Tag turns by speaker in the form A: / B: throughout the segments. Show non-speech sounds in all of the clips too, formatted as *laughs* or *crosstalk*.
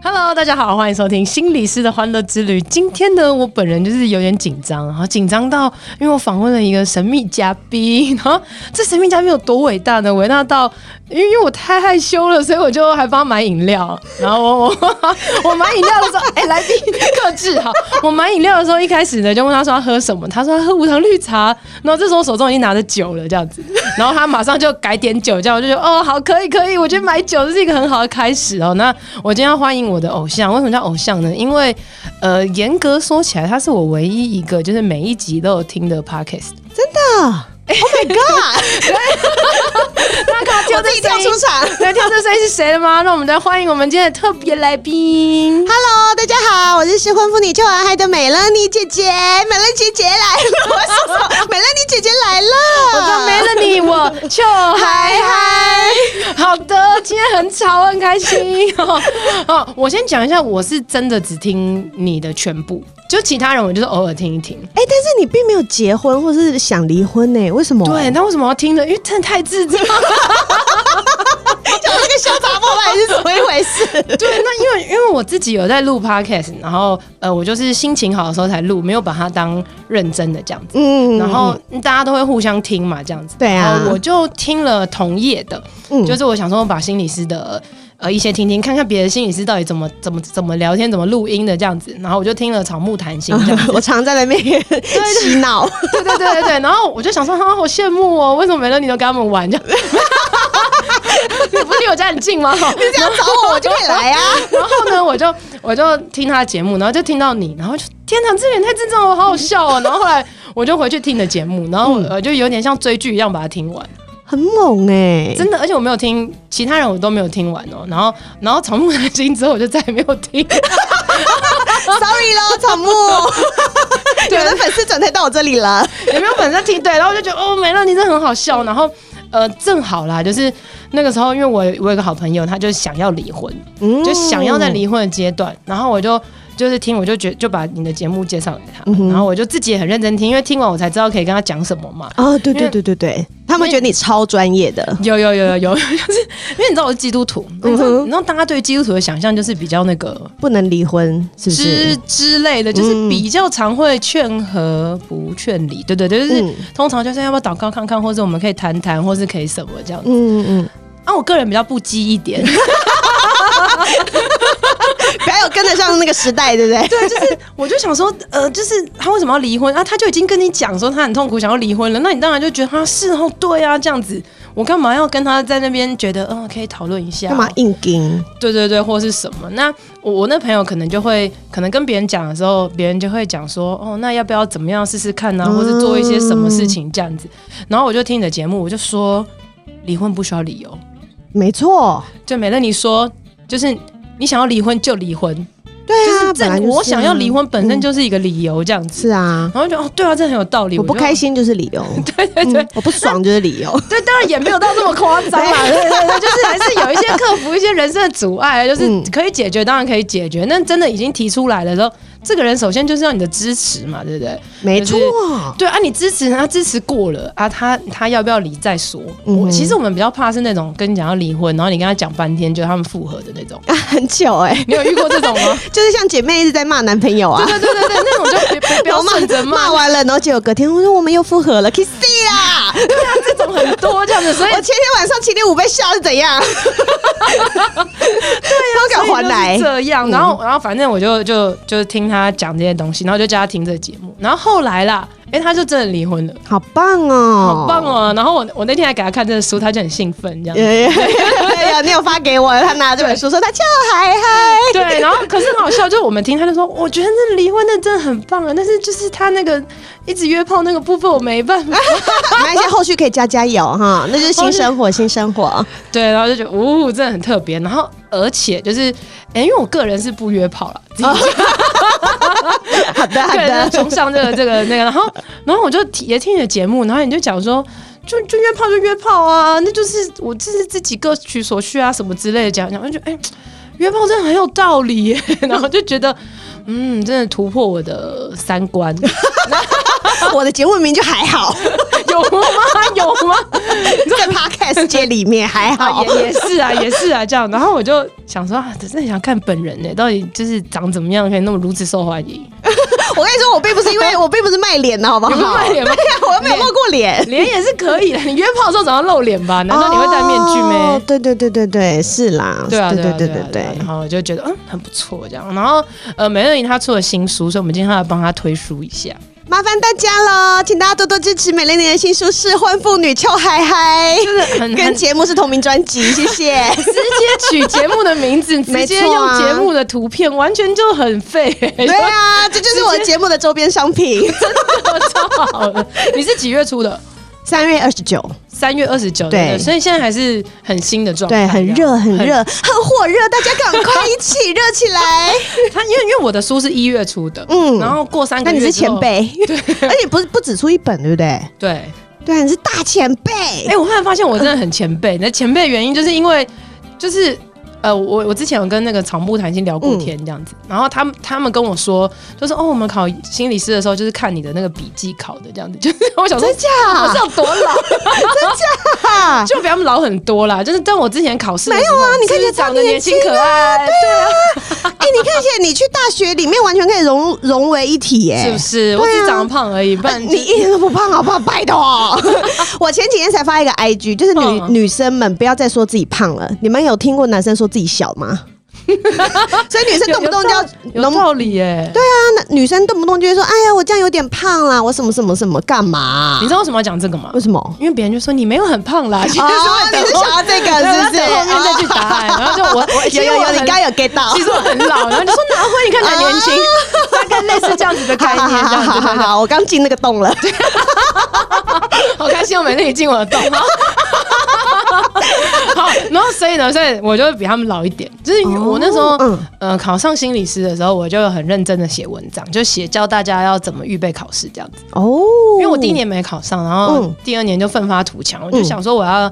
A: Hello，大家好，欢迎收听心理师的欢乐之旅。今天呢，我本人就是有点紧张，然后紧张到，因为我访问了一个神秘嘉宾，然后这神秘嘉宾有多伟大呢？伟大到，因为因为我太害羞了，所以我就还帮他买饮料。然后我我我买饮料的时候，哎、来宾 *laughs* 克制好。我买饮料的时候，一开始呢就问他说他喝什么，他说他喝无糖绿茶。然后这时候我手中已经拿着酒了，这样子，然后他马上就改点酒，这样我就觉得哦，好，可以可以，我觉得买酒这是一个很好的开始哦。那我今天要欢迎我的偶像，为什么叫偶像呢？因为呃，严格说起来，他是我唯一一个就是每一集都有听的 podcast。大家看到
B: 自己跳
A: *laughs*
B: 出场
A: 那跳这声音是谁了吗？让我们来欢迎我们今天的特别来宾。
B: Hello，大家好，我是失婚妇女救完孩的美乐妮姐姐，美乐妮姐姐来 *laughs* 了，我是说美乐妮姐姐来了，
A: 我叫 Melody，我 *laughs* 就还
B: 嗨嗨，
A: 好的，今天很吵，很开心。哦，哦我先讲一下，我是真的只听你的全部，就其他人我就是偶尔听一听。
B: 哎、但是你并没有结婚或是想离婚呢、为什么？
A: 对，，那为什么要听呢？因为真的太智障。
B: 哎讲这个小杂货还是怎么一回事？
A: 对，那因为因为我自己有在录 podcast，然后呃，我就是心情好的时候才录，没有把它当认真的这样子。
B: *laughs* 嗯
A: 然后大家都会互相听嘛，这样子。
B: 对啊
A: 然后我就听了同业的，
B: 嗯
A: 就是我想说把心理师的呃一些听听，看看别的心理师到底怎么怎么怎么聊天，怎么录音的这样子。然后我就听了草木谈心这样子。
B: 嗯我常在那边洗脑，
A: 对对对对对。然后我就想说，啊，好羡慕哦，为什么每乐你都跟他们玩这样？你不是离我家很近吗？
B: *laughs* 你这样找我，我就会来啊。
A: 然后呢，我就我就听他的节目，然后就听到你，然后就天哪，这人太智障了，我好好笑哦。然后后来我就回去听你的节目，然后我我就有点像追剧一样把它听完，
B: 很猛哎、
A: 真的，而且我没有听其他人，我都没有听完哦。然后然后草木谈心之后，我就再也没有听。
B: ，sorry 咯，草 *laughs* 木，你们的粉丝转台到我这里了，
A: 有没有粉丝听？对，然后我就觉得哦，美乐你真的很好笑。然后呃，正好啦，就是那个时候，因为我有我有个好朋友，他就想要离婚，
B: 嗯
A: 就想要在离婚的阶段，然后我就。就是听，我就觉就把你的节目介绍给他，然后我就自己也很认真听，因为听完我才知道可以跟他讲什么嘛。
B: 哦，对
A: 因
B: 对
A: 为
B: 对对对，他们觉得你超专业的。
A: 有有有有有，就是因为你知道我是基督徒，你知道
B: 嗯哼
A: 你知道大家对基督徒的想象就是比较那个
B: 不能离婚，是不
A: 之
B: 是？
A: 之类的，就是
B: 嗯
A: 比较常会劝和不劝离，对对对，就是、
B: 嗯
A: 通常就是要不要祷告看看，或者我们可以谈谈，或是可以什么这样子。
B: 嗯
A: *laughs*
B: 嗯，
A: 啊，我个人比较不羁一
B: *laughs*
A: 点，
B: 不要有跟得上那个时代，对不 *laughs* 对？
A: 对，就是我就想说，呃，就是他为什么要离婚啊？他就已经跟你讲说他很痛苦，想要离婚了，那你当然就觉得他、啊、是哦，对啊，这样子，我干嘛要跟他在那边觉得，嗯、可以讨论一下
B: 啊干，嘛硬盯？
A: 对对对，或是什么？那我我那朋友可能就会，可能跟别人讲的时候，别人就会讲说，哦，那要不要怎么样试试看啊，
B: 嗯
A: 或是做一些什么事情这样子？然后我就听你的节目，我就说，离婚不需要理由，
B: 没错，
A: 就美乐你说，就是你想要离婚就离婚，
B: 对啊，
A: 这
B: 本来就是啊
A: 我想要离婚本身就是一个理由这样子。
B: 是啊，
A: 然后就哦，对啊，这很有道理。
B: 我不
A: 就
B: 开，心就是理由，
A: *laughs* 对对对、
B: 嗯我不爽就是理
A: *laughs*
B: 由。
A: 对，当然也没有到这么夸张啦。对对对，就是还是有一些克服一些人生的阻碍，
B: *laughs*
A: 就是
B: 嗯
A: 可以解决，当然可以解决。那真的已经提出来了之后，这个人首先就是要你的支持嘛，对不对？
B: 没错，
A: 对啊，你支持他支持过了啊，他他要不要离再说。
B: 嗯
A: 我其实我们比较怕是那种跟你讲要离婚，然后你跟他讲半天，就他们复合的那种。
B: 很久哎、
A: 你有遇过这种
B: *laughs*
A: 吗？
B: 就是像姐妹一直在骂男朋友啊
A: 对。对对对对，那种就不不
B: 然
A: 要
B: 后骂
A: 顺着骂
B: 骂，完了，然后结果隔天我说我们又复合了，kiss 啦！
A: 这种很多这样子，所以
B: 我前天晚上七点五被笑是
A: *laughs*
B: 怎样？对啊，都敢还来
A: 所以
B: 嗯
A: 就。是这样。然后，然后反正我就就就听他讲这些东西，然后就叫他听这个节目。然后后来啦，哎，他就真的离婚了，
B: 好棒哦！
A: 好
B: *laughs*
A: 棒！哦。然后我我那天还给他看这个书，他就很兴奋这样。
B: 哎呀，你有发给我，他拿这本书说他叫海海。
A: 对，然后可是很好笑，就是我们听他就说，我觉得那离婚那真的很棒啊，但是就是他那个一直约炮那个部分我没办法。
B: 没关系，后续可以加加油哈，那就是新生活，新生活。
A: 对，然后就觉得，呜、真的很特别。然后而且就是，哎，因为我个人是不约炮了，自己 *laughs* 讲
B: *laughs* 好的，好
A: 对，然后
B: 的。
A: 冲上这个这个那个，然后然后我就提也听你的节目，然后你就讲说，就就约炮就约炮啊，那就是我这是自己各取所需啊，什么之类的讲讲，我就觉得哎、约炮真的很有道理耶， *laughs* 然后就觉得嗯，真的突破我的三观， *laughs*
B: 我的节目名就还好，
A: 有吗？有吗？
B: 在 podcast 界里面还
A: 啊，
B: 好。
A: 也也是 *laughs* 啊，也是啊，这样。然后我就想说啊，真的想看本人呢、到底就是长怎么样，可以那么如此受欢迎？
B: 我跟你说，我并不是
A: *laughs*
B: 因为我并不是卖脸的，好不好？
A: 你不是卖脸吗
B: 对呀，我又没有露过脸。
A: 脸也是可以的，你约炮的时候总要露脸吧？难道你会戴面具没？
B: 哦对对对对对，是啦。
A: 对啊，
B: 对
A: 啊
B: 对
A: 啊
B: 对
A: 啊
B: 对
A: 然。后我就觉得嗯很不错这样。然后呃，美乐莹她出了新书，所以我们今天要来帮她推书一下。
B: 麻烦大家喽，请大家多多支持美乐妮的新书《适婚妇女俏嗨嗨》，
A: 很
B: 跟
A: 很
B: 节目是同名专辑，谢
A: *laughs*
B: 谢。
A: 直接取节目的名 *laughs* 字，直
B: 没
A: 接
B: 错
A: 用
B: 啊
A: 节目的图片，完全就很废、欸
B: 对啊，这就是我节目的周边商品。
A: 超好的。你是几月出的？
B: 三月二十九，
A: 三月二十九，
B: 对
A: 对不对，所以现在还是很新的状态，
B: 对，很
A: 这样
B: 热，很。热，很火热，大家赶快一起热起
A: *laughs*
B: 来。
A: 他因为因为我的书是一月出的，嗯，
B: 嗯
A: 然后过三
B: 那
A: 个月，
B: 你是前，
A: *laughs*
B: 辈，而且不是不只出一本，对不对？
A: 对，
B: 对，啊你是大前
A: *laughs*
B: 辈。
A: 哎、我后来发现我真的很前
B: *laughs*
A: 辈，那前辈的原因就是因为就是。呃，我我之前有跟那个草木谈心聊过天这样
B: 嗯
A: 子，然后他们他们跟我说，就是哦，我们考心理师的时候就是看你的那个笔记考的这样子， *laughs* 就是我想说
B: 真假？
A: 我是有多
B: *laughs*
A: 老，
B: 哈，
A: 就比他们老很多啦。就是但我之前考试的
B: 没有啊
A: 时候
B: 你看起来
A: 就是长
B: 超
A: 得
B: 年
A: 年轻
B: 轻啊
A: 可爱，对啊，
B: *laughs* 哎，你看起来你去大学里面完全可以融融为一体耶，
A: 是不是？我只是长得胖而已，不然就
B: 啊你一点都不胖，好不好？
A: *laughs*
B: 拜托！我前几天才发一个 IG，就是女、
A: 嗯
B: 女生们不要再说自己胖了。你们有听过男生说自己小吗？所以女生动不动就要
A: 有
B: 浓
A: 道理耶。
B: 对啊，那女生动不动就会说：“哎呀，我这样有点胖啦，我什么什么什么干嘛啊、
A: 你知道为什么要讲这个吗
B: 为？什么？
A: 因为别人就说你没有很胖
B: *laughs*
A: 啦，其实
B: 哦
A: 是会，
B: 你
A: 等
B: 是
A: 后
B: 想要这个啊是不是？
A: 后面再去答案，然后就
B: *laughs*
A: 我我
B: 哦有有有，你刚刚有啊 get
A: *laughs*
B: 到。
A: 其实我很老，然后就说哪会你看起来年轻，大概类似这样子的概
B: *laughs* 好
A: 念，
B: 好
A: 这样
B: 好好
A: 子
B: 好
A: 对对
B: 好，我刚进那个
A: *laughs*
B: 洞了。
A: *laughs* 好开心，我每天也进我的
B: *laughs*
A: 洞。好，然后所以呢，所以我就比他们老一点，就是我那时候、
B: 嗯
A: 呃考上心理师的时候，我就很认真的写文章，就写教大家要怎么预备考试这样子。
B: 哦，
A: 因为我第一年没考上，然后
B: 嗯
A: 第二年就奋发图强，我就想说我要，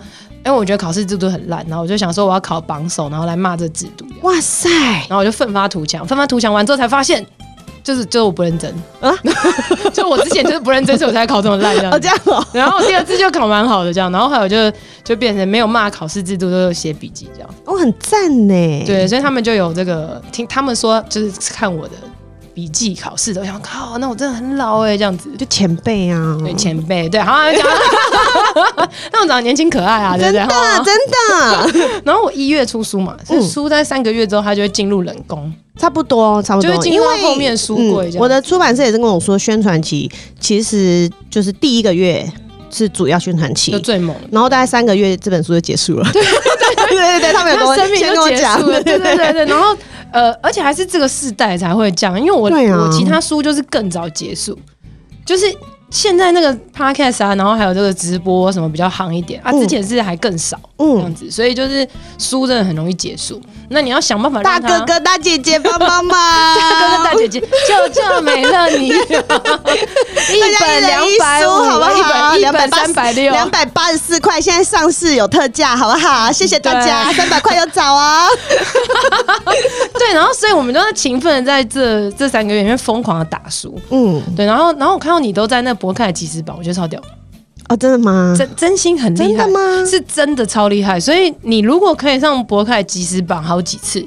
A: 因为我觉得考试制度很烂，然后我就想说我要考榜首，然后来骂这制度，
B: 哇塞，
A: 然后我就奋发图强，奋发图强完之后才发现。就是就是我不认真
B: 啊
A: 啊， *laughs* 就我之前就是不认真，所以我才考这么烂这样子
B: 哦这样哦，
A: 然后我第二次就考蛮好的这样，然后还有就就变成没有骂考试制度，都有写笔记这样。
B: 我很赞呢。
A: 对，所以他们就有这个听他们说，就是看我的笔记考试的，我想靠，那我真的很老哎、这样子。
B: 就前辈啊，
A: 对前辈，对，好像讲， *laughs* 那我长得年轻可爱啊，对不
B: 真
A: 对？
B: 的
A: 哈
B: 真的，
A: 然后我一月出书嘛，所以书在三个月之后，它就会进入冷宫。
B: *laughs* 差不多差不多，
A: 就会进
B: 因
A: 入
B: 为嗯
A: 到后面书柜这样
B: 我的出版社也是跟我说，宣传期其实就是第一个月是主要宣传期
A: 就。最猛了。
B: 然后大概三个月，这本书就结束了。对 *laughs* 对对对，他们有跟我
A: 他生命
B: 先跟
A: 就
B: 我
A: 结
B: 讲，
A: 束了，对对对对。然后呃，而且还是这个世代才会这样，因为我、
B: 对啊
A: 我其他书就是更早结束，就是。现在那个 podcast 啊，然后还有这个直播什么比较行一点啊，
B: 嗯
A: 之前是还更少这样
B: 嗯，
A: 子，所以就是书真的很容易结束。那你要想办法
B: 大
A: 让它
B: 哥哥大姐姐帮帮忙，
A: *laughs* 大哥哥大
B: *laughs*
A: 姐姐，就这美乐你，一本两
B: 人一
A: 百
B: 书
A: 五，
B: 好不好
A: 一本一
B: 280
A: 本三百六，
B: 两百八十四块，现在上市有特价，好不好？谢谢大家，三百块有找啊！
A: 对，然后所以我们都是勤奋的在这这三个月里面疯狂的打书，
B: 嗯，
A: 对，然后然后我看到你都在那博客的即时版，我觉得超屌，
B: 哦，真的吗？
A: 真真心很厉害，
B: 真的吗
A: 是真的超厉害。所以你如果可以上博客的即时版好几次，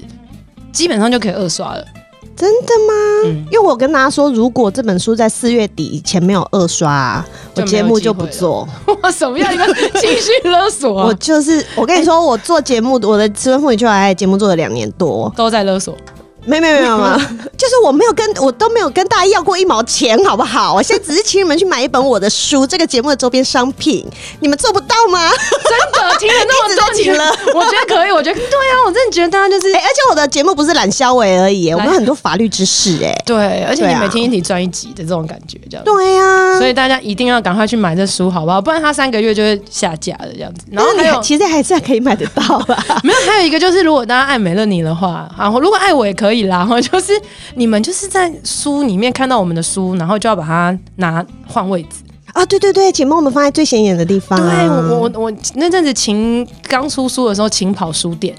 A: 基本上就可以二刷了。 *laughs*
B: 真的吗？
A: 嗯
B: 因为我跟大家说，如果这本书在四月底以前没有二刷啊、我
A: 就没有
B: 节目就不做。
A: 哇，什么样一个情绪勒索
B: 我
A: 啊？
B: 就是，我跟你说，我做节目，我的《知婚妇女就来》节目做了两年多，
A: 都在勒索，
B: 没没没有没
A: *laughs*
B: 有，就是我没有跟我都没有跟大家要过一毛钱，好不好？我现在只是请你们去买一本我的书，这个节目的周边商品，你们做不到吗？ *laughs* 哎
A: 真的听了那么多
B: 一直在
A: 年
B: 请勒，
A: 我觉得可以，我觉得对啊，我真的觉得大家就是
B: 哎、而且我的节目不是懒消委而已，我们有很多法律知识、哎，
A: 对，而且
B: 对
A: 你
B: 啊
A: 每天一题赚一集的这种感觉，这样。
B: 对啊呀、
A: 所以大家一定要赶快去买这书，好不好？不然它三个月就会下架了，这样子。然
B: 但
A: 后
B: 是你
A: 还
B: 还
A: 有
B: 其实还是可以买得到
A: *laughs*
B: 啊。 *laughs*
A: 没有，还有一个就是，如果大家爱美乐你的话，然后如果爱我也可以啦。然 *laughs* 后就是你们就是在书里面看到我们的书，然后就要把它拿换位置。
B: 啊，对对对，请帮我们放在最显眼的地方。
A: 对我我我那阵子琴刚出书的时候，琴跑书店，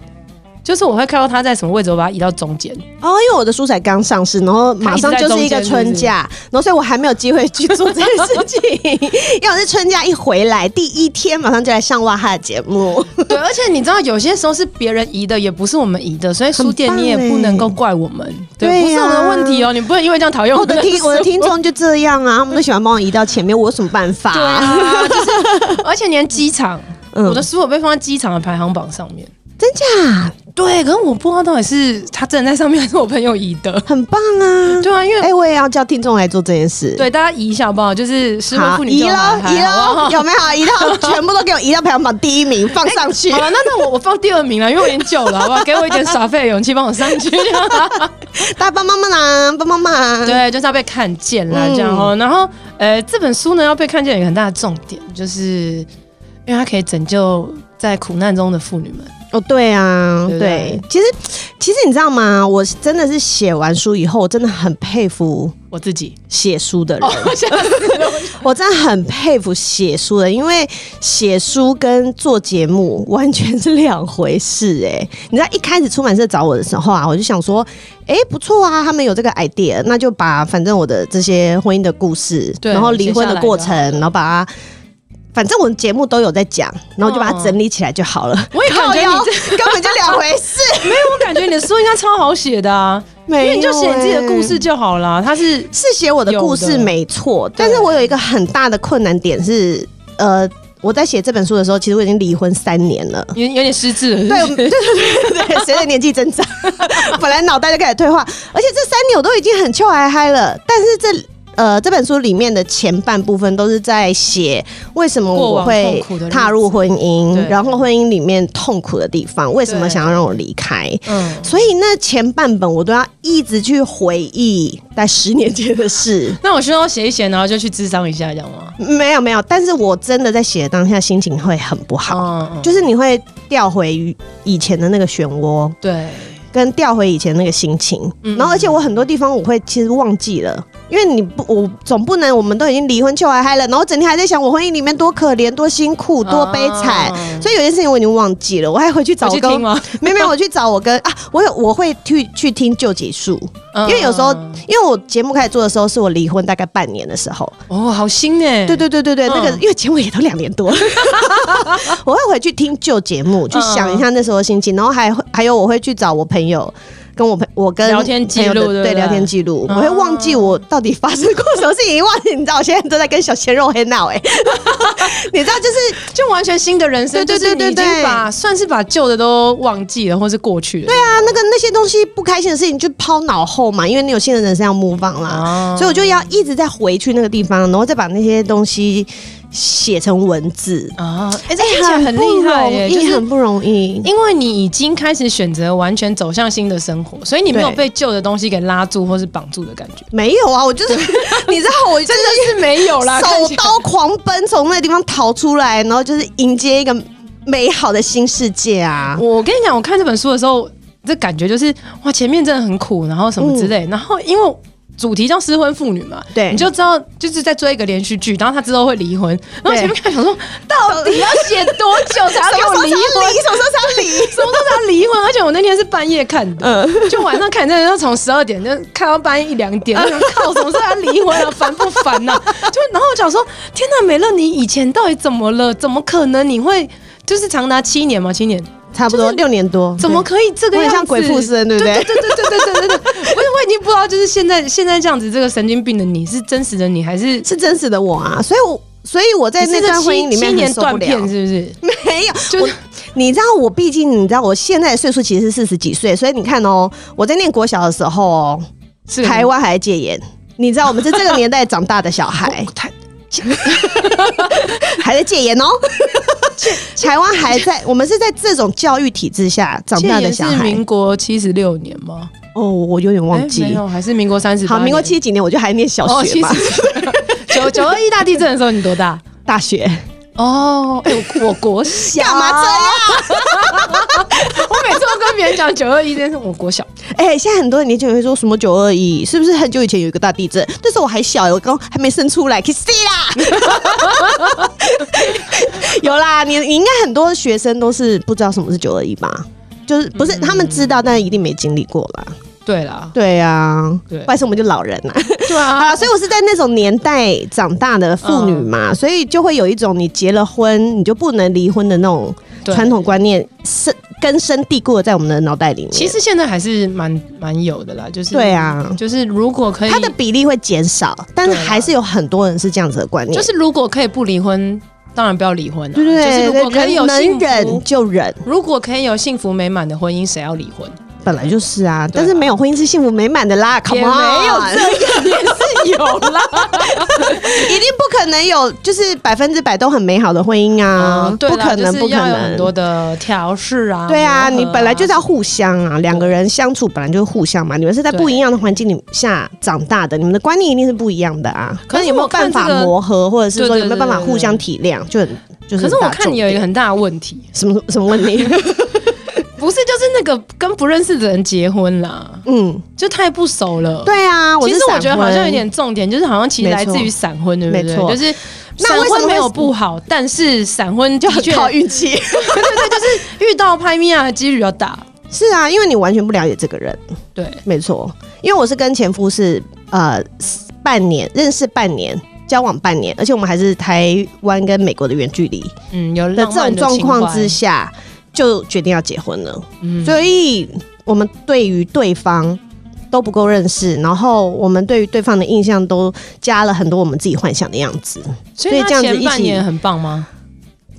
A: 就是我会看到它在什么位置，我把它移到中
B: *laughs*
A: 间。
B: 哦，因为我的书才刚上市，然后马上就是一个春假，然后所以我还没有机会去做这件事情。要是春假一回来，第一天马上就来上哇哈的节目，
A: 对，而且你知道，有些时候是别人移的，也不是我们移的，所以书店
B: 很棒
A: 你也不
B: 欸
A: 能够怪我们，对，
B: 对
A: 不是我们
B: 呀
A: 的问题哦，你不能因为这样讨厌
B: 我
A: 我们
B: 的听我的
A: 书
B: 听众就这样啊，他们都喜欢帮我移到前面，我有什么办法、
A: 对 *laughs* 啊，就是，而且连机场，
B: 嗯
A: 我的书有被放在机场的排行榜上面。
B: 真假？
A: 对，可是我不知道到底是他真的在上面，还是我朋友移
B: *laughs*
A: 的。
B: 很棒啊！
A: 对啊，因为、
B: 哎、我也要叫听众来做这件事。。
A: 对大家移一下好不好？就是失婚
B: 好，
A: 妇女
B: 移
A: 就
B: 喽
A: 好
B: 移
A: 好不
B: 喽，
A: 好
B: 有没有移到全部都给我移到排行榜第一名，放上去
A: *laughs* 好。了，那那我我放第二名了，因为我已经久了，好
B: *laughs*
A: 不好？给我一点耍废的勇气，帮我上去。
B: 大家帮帮忙啦，帮帮忙。
A: 对，就是要被看见啦，
B: 嗯
A: 这样哦。然后，呃，这本书呢要被看见有一个很大的重点，就是因为它可以拯救在苦难中的妇女们。
B: 哦，对啊，
A: 对不
B: 对
A: 对，
B: 其实其实你知道吗？我真的是写完书以后，我真的很佩服
A: 我自
B: *laughs*
A: 己，
B: 写书的人，
A: 我吓死了。
B: 我真的很佩服写书的人，因为写书跟做节目完全是两回事、哎，你知道一开始出版社找我的时候啊，我就想说，哎、不错啊，他们有这个 idea，那就把反正我的这些婚姻的故事，
A: 对
B: 然后离婚的过程
A: 写下来，就好
B: 然后把它。反正我们节目都有在讲，然后我就把它
A: 嗯
B: 整理起来就好了。
A: 我也感觉你
B: 靠腰
A: 这
B: 根本就两回事，
A: 没有，我感觉你的书应该超好写的啊，因
B: 没
A: 为你就写你自己的故事
B: 有欸。
A: 就好啦。它是
B: 是写我的故
A: 有
B: 事
A: 的
B: 没错，但是我有一个很大的困难点是，呃，我在写这本书的时候，其实我已经离婚三年
A: *laughs*
B: 了。
A: 有有点失智了，
B: 对
A: 是不是
B: 对对对对，随着年纪增长， *laughs* 本来脑袋就开始退化，而且这三年我都已经很臭嗨嗨了，但是这呃这本书里面的前半部分都是在写为什么
A: 过
B: 我
A: 往
B: 会
A: 痛苦的日子
B: 踏入婚姻
A: 对，
B: 然后婚姻里面痛苦的地方，为什么
A: 对
B: 想要让我离开？
A: 嗯。
B: 所以那前半本我都要一直去回忆在十年前的事。
A: 那我需要写一写，然后就去智商一下，这样吗？
B: 没有没有，但是我真的在写的当下心情会很不好，
A: 嗯，嗯
B: 就是你会掉回以前的那个漩涡，
A: 对，
B: 跟掉回以前那个心情。
A: 嗯
B: 然后而且我很多地方我会其实忘记了。因为你不，我总不能我们都已经离婚、就还嗨了，然后整天还在想我婚姻里面多可怜、多辛苦、多悲惨，
A: 啊
B: 所以有些事情我已经忘记了，我还回去找
A: 我去
B: 我跟
A: 听吗？
B: 没有没有，我去找我跟啊，我有我会去去听旧集数，
A: 嗯
B: 因为有时候
A: 嗯嗯，
B: 因为我节目开始做的时候，是我离婚大概半年的时候。
A: 哦，好新哎，
B: 对对对对对，那个
A: 嗯
B: 因为节目也都两年多，我会回去听旧节目，去想一下那时候的心情，然后还会还有我会去找我朋友。跟我朋，我跟
A: 聊天记录
B: 朋友的
A: 对不
B: 对
A: 对
B: 聊天记录，我
A: 嗯
B: 会忘记我到底发生过什么事情，忘记你知道，我现在都在跟小鲜肉 hang out 哎、你知道就是
A: 就完全新的人生，
B: 对对
A: 就是你
B: 对对
A: 已
B: 对
A: 经把算是把旧的都忘记了，或是过去了。对啊，
B: 啊，那个那些东西不开心的事情就抛脑后嘛，因为你有新的人生要 move on 啦，
A: 啊
B: 所以我就要一直在回去那个地方，然后再把那些东西写成文字，
A: 啊，哎，这听起来很
B: 不
A: 厉害耶，
B: 容易
A: 就是
B: 很不容易。
A: 因为你已经开始选择完全走向新的生活，所以你没有
B: 对
A: 被旧的东西给拉住或是绑住的感觉。
B: 没有啊，我就是 *laughs* 你知道，我真的
A: 真的是没有啦，看
B: 手
A: 起来
B: 刀狂奔从那个地方逃出来，然后就是迎接一个美好的新世界啊！
A: *laughs* 我跟你讲，我看这本书的时候，这感觉就是哇，前面真的很苦，然后什么之类，然后因为。主题叫失婚妇女嘛，
B: 对
A: 你就知道就是在追一个连续剧，然后她之后会离婚，然后前面看想说，到底要写多久才要给
B: 什么时
A: 我
B: 候
A: 离
B: 才 *laughs*
A: 婚？
B: 离，什么时候才
A: *laughs*
B: 离？
A: 什么时候才要离婚？而且我那天是半夜看的，就晚上看，真的就从十二点就看到半夜一两点，我想靠，什么时候要离婚啊？烦不烦呐、就然后我想说，天呐，美乐，你以前到底怎么了？怎么可能你会就是长达七年嘛？七年。
B: 差不多六年多，
A: 怎么可以这个
B: 我
A: 样子？
B: 很像鬼附身对不对
A: 对对对对对对对对对。我我已经不知道，就是现在现在这样子，这个神经病的你是真实的你还是
B: 是真实的我啊？所以我，所以我在那
A: 你是这
B: 段婚姻里
A: 七
B: 面
A: 七
B: 很
A: 年
B: 受不
A: 断
B: 了
A: 片。是不是？
B: 没有，
A: 就是
B: 我你知道我，毕竟你知道我现在的岁数其实是四十几岁，所以你看哦，我在念国小的时候哦，
A: 是
B: 台湾还戒严。你知道我们是这个年代长大的小孩，
A: *laughs* 台
B: 还在戒严
A: *laughs*
B: 哦。台湾还在，我们是在这种教育体制下长大
A: 戒
B: 的
A: 严是
B: 小孩。
A: 民国七十六年吗？
B: 哦，我有点忘
A: 哎
B: 记。
A: 没有，还是民国三十？
B: 好，民国七几年我就还念小
A: 哦，
B: 学
A: 七
B: 嘛，
A: 十九九二一大地震的时候你多大？
B: 大学。
A: 哦，哎，我我国小。
B: 干嘛这样？
A: 我每次都跟别人讲九二一，但是我国小。
B: 哎、现在很多人年轻人会说什么九二一，是不是很久以前有一个大地震？那时候我还小，我刚还没生出来，去死啦！ *laughs* 有啦，你你应该很多学生都是不知道什么是九二一吧？就是不是他们知道，但一定没经历过啦。
A: 对啦，
B: 对呀，
A: 对
B: 怪事我们就老人啦。
A: 对啊
B: 好 *laughs* 了，所以我是在那种年代长大的妇女嘛，所以就会有一种你结了婚你就不能离婚的那种
A: 对
B: 传统观念，深根深蒂固的在我们的脑袋里面。
A: 其实现在还是蛮蛮有的啦，就是
B: 对啊
A: 就是如果可以，
B: 它的比例会减少，但是
A: 对啊
B: 还是有很多人是这样子的观念。
A: 就是如果可以不离婚，当然不要离婚、啊，
B: 对对
A: 就是
B: 对
A: 如果可以
B: 对，
A: 有幸
B: 能
A: 福
B: 忍就忍，
A: 如果可以有幸福美满的婚姻，谁要离婚？
B: 本来就是啊。
A: 对啊
B: 但是没有婚姻是幸福美满的啦，Come
A: 也
B: on，
A: 没有这样，也是有啦。
B: 一定不可能有，就是百分之百都很美好的婚姻 *laughs* 啊，
A: 嗯对
B: 不
A: 啦
B: 可能，
A: 就是
B: 不可
A: 要有很多
B: 能。
A: 的调试啊。
B: 对啊，
A: 磨合
B: 你本来就是要互相啊，两个人相处本来就是互相嘛。你们是在
A: 对
B: 不一样的环境里下长大的，你们的观念一定是不一样的啊。
A: 可是
B: 那有没有
A: 我看
B: 办法
A: 这个
B: 磨合，或者是
A: 对
B: 说
A: 对
B: 有没有办法
A: 对对对
B: 互相体谅，就很就
A: 可
B: 是很
A: 是
B: 大
A: 我
B: 的
A: 看
B: 重
A: 你有一个
B: 点
A: 很大的问题，
B: 什么什么问
A: *laughs*
B: 题？
A: 不是就是那个跟不认识的人结婚啦，
B: 嗯，
A: 就太不熟了。。
B: 对啊，
A: 其实
B: 是
A: 我觉得
B: 闪
A: 好像有
B: 婚
A: 点重点，就是好像其实
B: 没
A: 来自
B: 错
A: 于闪婚，对不
B: 没
A: 对？
B: 错
A: 就是闪
B: 那为什么
A: 婚没
B: 会
A: 有
B: 是
A: 不好，但是闪婚
B: *laughs* 就
A: 的
B: 很
A: 确
B: 靠运气。
A: *laughs* 对对对，就是遇到拍米亚的几率比较大。
B: 是啊，因为你完全不了解这个人。
A: 对，
B: 没错，因为我是跟前夫是呃半年认识半年。交往半年，而且我们还是台湾跟美国的远距离
A: 嗯，有
B: 的
A: 浪
B: 这
A: 漫
B: 种状
A: 情
B: 况
A: 怀
B: 之，下，就决定要结婚了。
A: 嗯
B: 所以我们对于对方都不够认识，然后我们对于对方的印象都加了很多我们自己幻想的样子，
A: 所
B: 所以
A: 他
B: 这样子
A: 前
B: 一
A: 半
B: 起
A: 年很棒吗？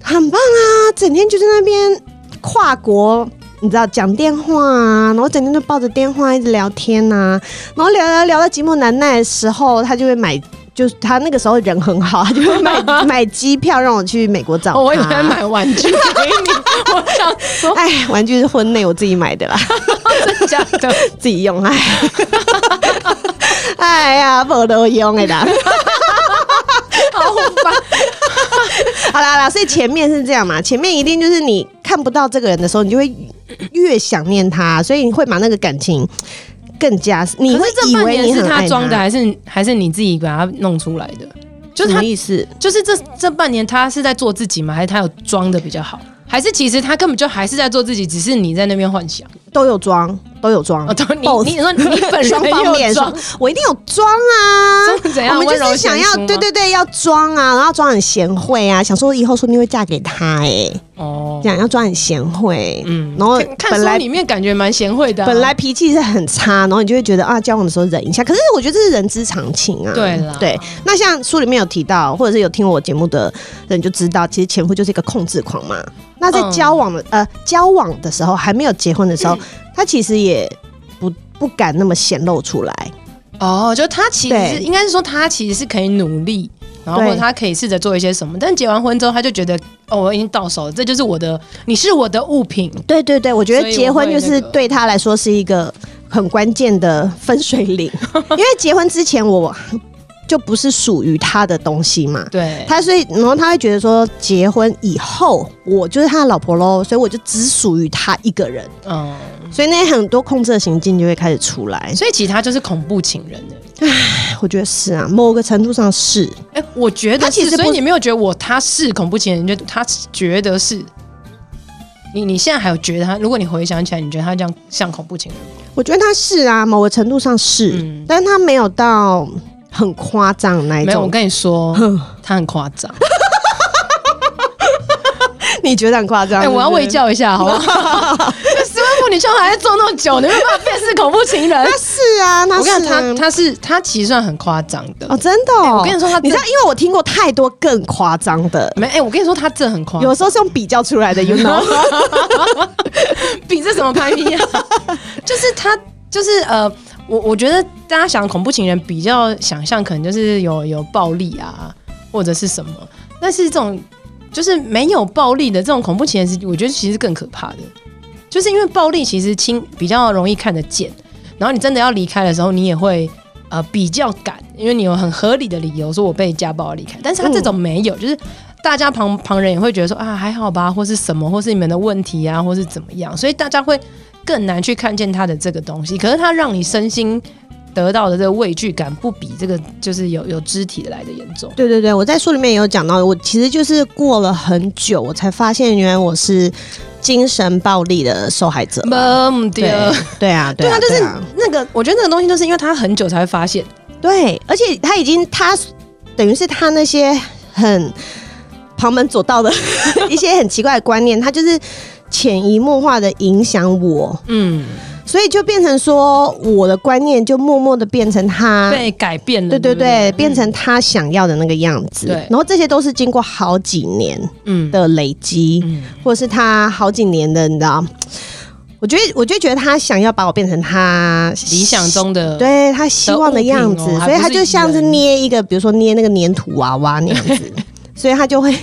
B: 很棒啊！整天就在那边跨国。你知道讲电话啊，然后整天都抱着电话一直聊天呐、然后聊聊聊到寂寞难耐的时候，他就会买，就是他那个时候人很好，他就
A: *laughs*
B: 会买买机票让我去美国找他。
A: 哦我以为他买玩具给
B: *laughs*
A: 你，我想说
B: 哎，玩具是婚内我自己买的啦，
A: 真假
B: *laughs*
A: 的，
B: 自己
A: *laughs*
B: 用哎，哎呀，没得用哎啦。
A: 好吧？
B: *laughs* 好啦好啦，所以前面是这样嘛，前面一定就是你看不到这个人的时候，你就会越想念他，所以你会把那个感情更加，你
A: 可
B: 会
A: 是这
B: 以
A: 半
B: 为
A: 年
B: 你
A: 是
B: 很爱
A: 他装的，还是还是你自己把它弄出来的？就
B: 什
A: 是他
B: 么，意思？
A: 就是这这半年他是在做自己吗？还是他有装的比较好？还是其实他根本就还是在做自己，只是你在那边幻想。
B: 都有装，都有装
A: 哦，。都你
B: Both
A: 你说你本人
B: *laughs* 双方
A: 也
B: 面
A: 有装，
B: 说我一定有装啊！
A: 装怎样
B: 我们就
A: 温柔
B: 是想
A: 贤
B: 要
A: 淑吗
B: 对对对，要装啊，然后装很贤惠啊，想说以后说不定会嫁给他哎、
A: 哦
B: 这，样要装很贤惠，
A: 嗯
B: 嗯，然后
A: 看
B: 本
A: 书
B: 来
A: 里面感觉蛮贤惠的啊，
B: 本来脾气是很差，然后你就会觉得啊，交往的时候忍一下。可是我觉得这是人之常情啊。
A: 对啦
B: 对。那像书里面有提到，或者是有听我节目的人就知道，其实前夫就是一个控制狂嘛。那在
A: 嗯
B: 交往的、呃交往的时候，还没有结婚
A: *clears throat*
B: 的时候，他其实也不不敢那么显露出来。
A: 哦，就他其实是
B: 对
A: 应该是说他其实是可以努力，然后或
B: 对
A: 者他可以试着做一些什么，但结完婚之后他就觉得哦，我已经到手了，这就是我的，你是我的物品。
B: 对对对，我觉
A: 所
B: 得
A: 以
B: 结
A: 我会
B: 婚就
A: 那
B: 是
A: 个
B: 对他来说是一个很关键的分水岭，
A: *laughs*
B: 因为结婚之前我就不是属于他的东西嘛。
A: 对，
B: 他所以，然后他会觉得说，结婚以后我就是他的老婆喽，所以我就只属于他一个人，
A: 嗯，
B: 所以那些很多控制的行径就会开始
A: *laughs*
B: 出来。
A: 所以其实他就是恐怖情人的。
B: 我觉得是啊，某个程度上是，
A: 哎，我觉得
B: 他其
A: 是，
B: 实
A: 所以
B: 不
A: 你没有觉得我他是恐怖情人，你觉得他觉得是。你你现在还有觉得他？如果你回想起来，你觉得他这样像恐怖情人？
B: 我觉得他是啊，某个程度上是，
A: 嗯
B: 但是他没有到很夸张的那一
A: 没有，我
B: 种。
A: 跟你说，他很夸张。
B: 你觉得很夸张？
A: 哎、
B: 是不
A: 我要
B: 是
A: 喂。教一下，好不
B: *laughs*
A: 好？这十万妇女凶还在做那么久，你没有办法辨识恐怖情人。
B: *laughs* 他是啊，他
A: 我跟你
B: 是
A: 讲，他
B: 啊。
A: 他是他其实算很夸张的。
B: 哦，真的、哦
A: 哎我跟你说他真
B: 你知道，因为我听过太多更夸张的，
A: 没哎、我跟你说，他真的很夸张
B: 有。时候是用比较出 *laughs* 来的，you know？
A: 比这什么排名啊？ *laughs* 就是他，就是呃，我我觉得大家想恐怖情人比较想象，可能就是有有暴力啊，或者是什么。但是这种就是没有暴力的这种恐怖情人，是我觉得其实更可怕的，就是因为暴力其实轻比较容易看得见，然后你真的要离开的时候，你也会。呃，比较敢，因为你有很合理的理由说我被家暴而离开，但是他这种没有，就是大家旁旁人也会觉得说啊还好吧，或是什么，或是你们的问题啊，或是怎么样，所以大家会更难去看见他的这个东西。可是他让你身心得到的这个畏惧感，不比这个就是有有肢体的来的严重。
B: 对对对，我在书里面也有讲到，我其实就是过了很久，我才发现原来我是精神暴力的受害者。
A: 嗯，
B: 对
A: 对，
B: 对啊，对
A: 对
B: 啊
A: 啊，，就
B: 对
A: 是
B: 啊
A: 那个，我觉得那个东西就是因为他很久才会发现，
B: 对，而且他已经他等于是他那些很旁门左道的一些很奇怪的观念，他就是潜移默化的影响我，
A: 嗯，
B: 所以就变成说我的观念就默默的变成他。
A: 被改变了，
B: 啊对对
A: 对
B: 对，
A: 不
B: 变成他想要的那个样子。
A: 对
B: 然后这些都是经过好几年
A: 嗯
B: 的累积，
A: 嗯
B: 或者是他好几年的，你知道，我觉得，我就觉得他想要把我变成他
A: 理想中的，
B: 对他希望的样子，
A: 的物品哦
B: 所以他就像
A: 还不
B: 是
A: 是
B: 捏一个，比如说捏那个粘土娃娃那样
A: *laughs*
B: 子，所以他就会 *laughs*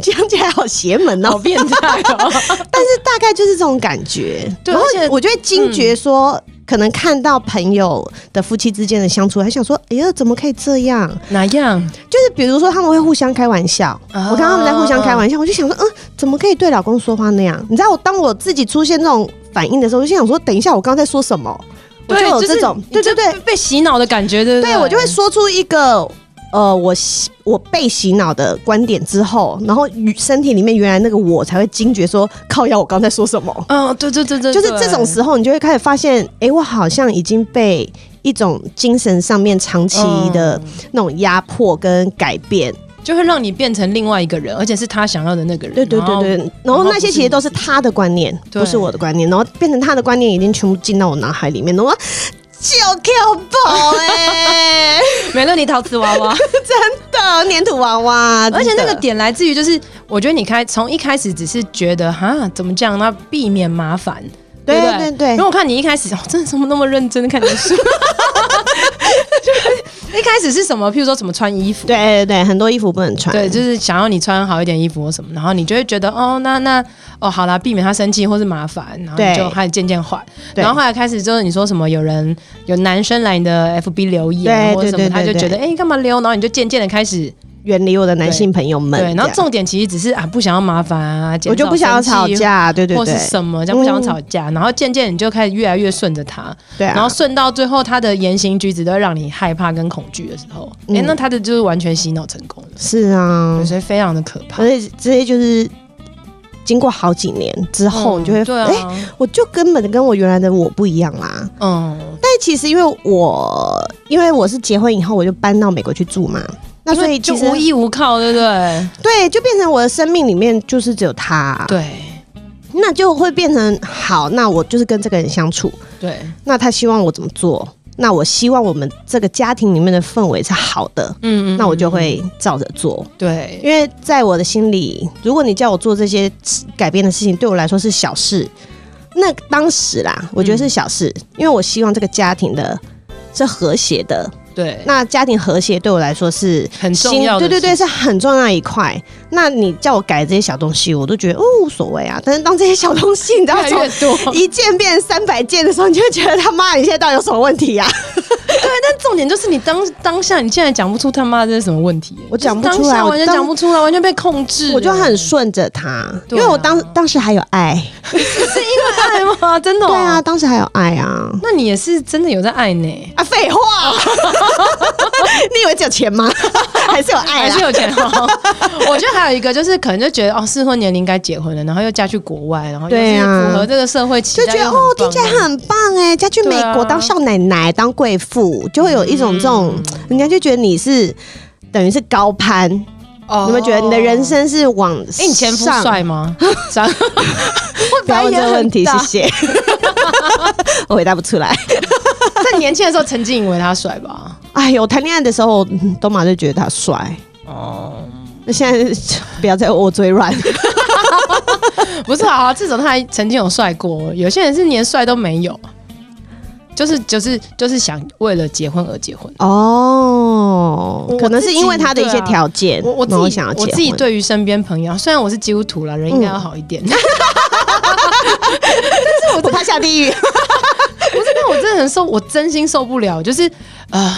B: 讲起来好邪门
A: 好
B: 哦，
A: 变态
B: *laughs*
A: 哦，
B: 但是大概就是这种感觉。
A: 对
B: 然后
A: 而且
B: 我就会惊觉说。可能看到朋友的夫妻之间的相处，还想说：“哎呀，怎么可以这样？”
A: 哪样？
B: 就是比如说他们会互相开玩笑，
A: 啊
B: 我看他们在互相开玩笑，我就想说：“嗯，怎么可以对老公说话那样？”你知道，我当我自己出现这种反应的时候，我就想说：“等一下，我刚刚在说什么？”我就有
A: 就是
B: 这种，对对对，
A: 被洗脑的感觉，对不
B: 对我就会说出一个呃，我洗我被洗脑的观点之后，然后与身体里面原来那个我才会惊觉说，靠呀，我刚才说什么？
A: 嗯，对对对对，
B: 就是这种时候，你就会开始发现，诶，我好像已经被一种精神上面长期的那种压迫跟改变。
A: 就会让你变成另外一个人，而且是他想要的那个人。
B: 对对对
A: 然后，
B: 对，然后那些其实都是他的观念，
A: 对
B: 不是我的观念，然后变成他的观念已经全部进到我脑海里面，然后我就 Q 宝
A: *laughs*
B: 哎，
A: 美乐你陶瓷娃娃，
B: 的粘土娃娃，
A: 而且那
B: 啊真
A: 个
B: 的
A: 点来自于就是，我觉得你开从一开始只是觉得哈怎么这样，那避免麻烦。
B: 对
A: 不
B: 对对
A: 因为我看你一开始、哦、真的怎么那么认真地看你的
B: *laughs*
A: 书，就是一开始是什么？譬如说什么穿衣服，
B: 对对对，很多衣服不能穿。
A: 对，就是想要你穿好一点衣服或什么，然后你就会觉得哦，那那哦，好啦，避免他生气或是麻烦，然后
B: 对
A: 你就开始渐渐换，
B: 对
A: 然后后来开始就是你说什么有人有男生来你的 FB 留言
B: 对
A: 或者什
B: 对
A: 么，
B: 对
A: 他就
B: 对
A: 觉得哎，干嘛留？然后你就渐渐的开始
B: 远离我的男性朋友们。
A: 对，然后
B: 这样
A: 重点其实只是啊，不想要麻烦啊，减
B: 我就
A: 少
B: 不想要吵
A: 生气
B: 架，对对
A: 或
B: 对嗯
A: 是，什么，这样不想要吵架，然后渐渐你就开始越来越顺着他，
B: 对啊。
A: 然后顺到最后他的言行举止都会让你害怕跟恐惧的时候，哎、
B: 嗯
A: 那他的就是完全洗脑成功了，
B: 是啊
A: 对，所以非常的可怕。
B: 而且这些就是经过好几年之后，
A: 嗯
B: 你就会
A: 对
B: 哎，
A: 啊，
B: 我就根本跟我原来的我不一样啦。
A: 嗯，
B: 但其实因为我因为我是结婚以后我就搬到美国去住嘛，那所
A: 因
B: 以
A: 为就
B: 其实啊
A: 无依无靠，对不对？
B: 对就变成我的生命里面就是只有他，
A: 对
B: 那就会变成好，那我就是跟这个人相处，
A: 对，
B: 那他希望我怎么做？那我希望我们这个家庭里面的氛围是好的，
A: 嗯
B: 那我就会照着做。
A: 对
B: 因为在我的心里，如果你叫我做这些改变的事情，对我来说是小事。那当时啦，我
A: 嗯
B: 觉得是小事，因为我希望这个家庭的是和谐的。
A: 对，
B: 那家庭和谐对我来说是
A: 很重要的
B: 心对对对，
A: 事
B: 是很重要的一块。那你叫我改这些小东西，我都觉得哦无所谓啊。但是当这些小东西，你知
A: *laughs*
B: 道
A: 越来
B: 从
A: 越多。
B: 一件变三百件的时候，你就会觉得他妈，你现在到底有什么问题呀、
A: *laughs*
B: 啊？
A: 但重点就是你当当下，你现在讲不出他妈这是什么问题，
B: 我讲不出来
A: 就是当下
B: 我
A: 完全
B: 当
A: 讲不出来，完全被控制了。
B: 我就很顺着他，因
A: 对啊
B: 为我当当时还有爱，
A: 爱
B: *laughs*
A: 吗？真的、
B: 对啊，，当时还有爱啊。
A: 那你也是真的有在爱呢，
B: 啊，废
A: *laughs*
B: 话！ *laughs* 你以为只有钱吗？ *laughs* 还是有爱啊
A: 还是
B: 啦？
A: 有钱哦。 *laughs* 我觉得还有一个就是，可能就觉得哦，适婚年龄该结婚了，然后又嫁去国外，然后又
B: 对
A: 是
B: 啊
A: 符合这个社会期
B: 就
A: 待，
B: 觉得
A: 又
B: 哦，
A: 棒
B: 听起来很棒哎，嫁去美
A: 对
B: 国
A: 啊
B: 当少奶奶、当贵妇，就会有一种这种，
A: 嗯
B: 人家就觉得你是等于是高攀。你
A: 哦
B: 们觉得你的人？生是往
A: 哎、你前夫
B: 上
A: 帅
B: *laughs*
A: 吗？长 *laughs*
B: 不要问这个问题，
A: 白眼
B: 谢
A: 很大
B: 谢。我回答不出来。
A: 在年轻的时候曾经以为他帅吧？
B: 哎呦，谈恋爱的时候，嗯东马就觉得他帅。
A: 哦，
B: 那现在不要再我
A: *laughs*
B: 嘴软，
A: 不是啊，至少他还曾经有帅过。有些人是连帅都没有，就是就是就是想为了结婚而结婚。
B: 哦
A: 我，
B: 可能是因为他的一些条件，
A: 我我自
B: 然后
A: 己
B: 想要结
A: 我
B: 婚
A: 自己对于身边朋友，虽然我是基督徒啦，人应该要好一点，
B: 嗯
A: *laughs* 但
B: 我怕下地狱。
A: 我真的很受，我真心受不了。就是呃，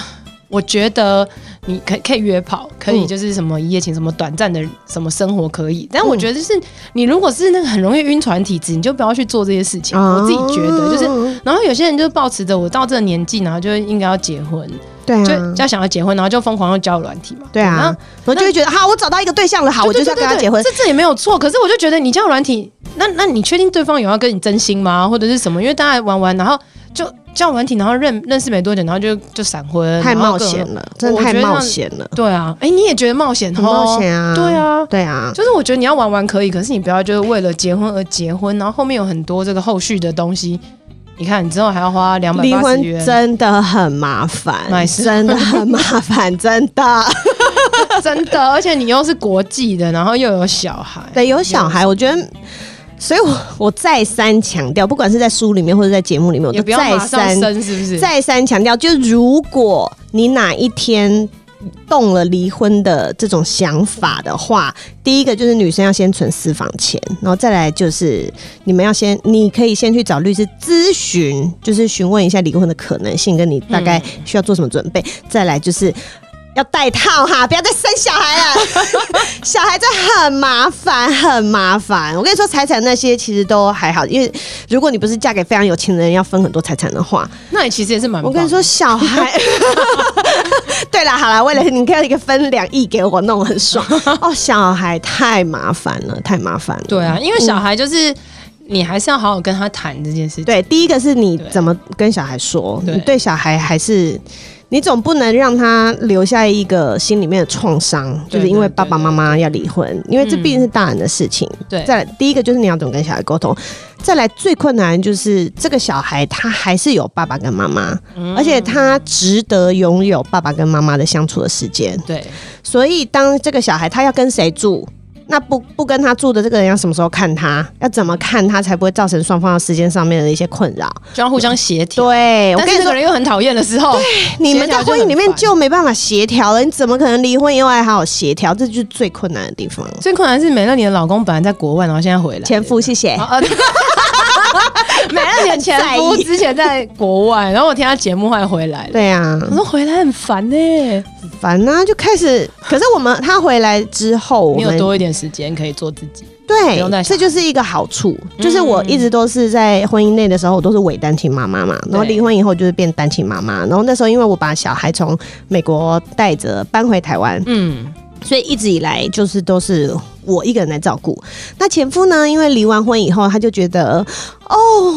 A: 我觉得你可可以约跑，可
B: 嗯
A: 以就是什么一夜情，什么短暂的什么生活可以。但我
B: 嗯
A: 觉得就是你如果是那个很容易晕船体质，你就不要去做这些事情。
B: 啊
A: 我自己觉得就是，
B: 是，
A: 然后有些人就抱持着我到这个年纪，然后就应该要结婚，
B: 对啊，
A: 就要想要结婚，然后就疯狂用交友软体嘛。
B: 对
A: 然
B: 啊
A: 后，
B: 我就会觉得，好，我找到一个对象了，好，我就是要跟他结婚
A: 对。对对这这也没有错。可是我就觉得你交友软体，那那你确定对方有要跟你真心吗，或者是什么？因为大家玩玩，然后就交友软体，然后认认识没多久，然后就就闪婚，
B: 太
A: 然后
B: 冒
A: 各
B: 险。了，真的太冒险了，
A: 对啊，哎，你也觉得冒险
B: 很冒险啊，
A: 对，啊。
B: 对啊，
A: 就是我觉得你要玩玩可以，可是你不要就是为了结婚而结婚，然后后面有很多这个后续的东西，你看你之后还要花两百
B: 离
A: 八十
B: 婚
A: 元，
B: 真的很麻烦
A: 买，是
B: 真的很麻烦， *laughs* 真的。
A: 真的，而且你又是国际的，然后又有小孩，
B: 对，有小孩，我觉得。所以我，我再三强调，不管是在书里面或者在节目里面，我
A: 也
B: 都
A: 不要
B: 再
A: 马上
B: 三
A: 生，是不是？
B: 再三强调，就是如果你哪一天动了离婚的这种想法的话，第一个就是女生要先存私房钱，然后再来就是你们要先，你可以先去找律师咨询，就是询问一下离婚的可能性，跟你大概需要做什么准备，嗯再来就是。要戴套哈，不要再生小孩了，小孩真的很麻烦，很麻烦。我跟你说，财产那些其实都还好，因为如果你不是嫁给非常有钱的人，要分很多财产的话，
A: 那你其实也是蛮……
B: 我跟你，说，小
A: *laughs*
B: 孩， *laughs* 对了，好了，为了你看一个分两亿给我弄
A: *laughs*
B: 很爽哦，小孩太麻烦了，太麻烦了。
A: 对啊，因为小孩就是、你还是要好好跟他谈这件事情。
B: 对，第一个是你
A: 对
B: 怎么跟小孩说，
A: 对
B: 你对小孩还是你总不能让他留下一个心里面的创伤，就
A: 对
B: 是因为
A: 对
B: 爸爸
A: 对
B: 妈妈要离婚，因为这
A: 嗯
B: 毕竟是大人的事情。
A: 对
B: 再来，第一个就是你要怎么跟小孩沟通，再来最困难的就是这个小孩他还是有爸爸跟妈妈，而且他值得拥有爸爸跟妈妈的相处的时间。
A: 对
B: 所以当这个小孩他要跟谁住，那不不跟他住的这个人要什么时候看他，要怎么看他才不会造成双方的时间上面的一些困扰？
A: 就要互相协调。
B: 对，我
A: 但
B: 跟
A: 是
B: 你
A: 那
B: 说
A: 个。人又很讨厌的时候，
B: 你们
A: 协
B: 在
A: 调就
B: 婚
A: 很
B: 姻里面
A: 烦
B: 就没办法协调了，你怎么可能离婚以后还好好协调？这就是最困难的地方。
A: 最困难是美乐你的老公本来在国外，然后现在回来。
B: 前夫，谢谢。
A: 好呃美乐你的 *laughs* 前夫之前在国外，然后我听他节目还回来了。
B: 对啊，
A: 我说回来很烦欸呢、
B: 烦啊，就开始。可是我们他回来之后，我
A: 你有
B: 们
A: 多一点时间可以做自己。不用嗯带
B: 对，
A: 小孩
B: 这就是一个好处，就是我一直都是在婚姻内的时候，我都是伪单亲妈妈嘛，然后离婚以后就是变单亲妈妈，然后那时候因为我把小孩从美国带着搬回台湾，
A: 嗯，
B: 所以一直以来就是都是我一个人来照顾。那前夫呢，因为离完婚以后，他就觉得哦，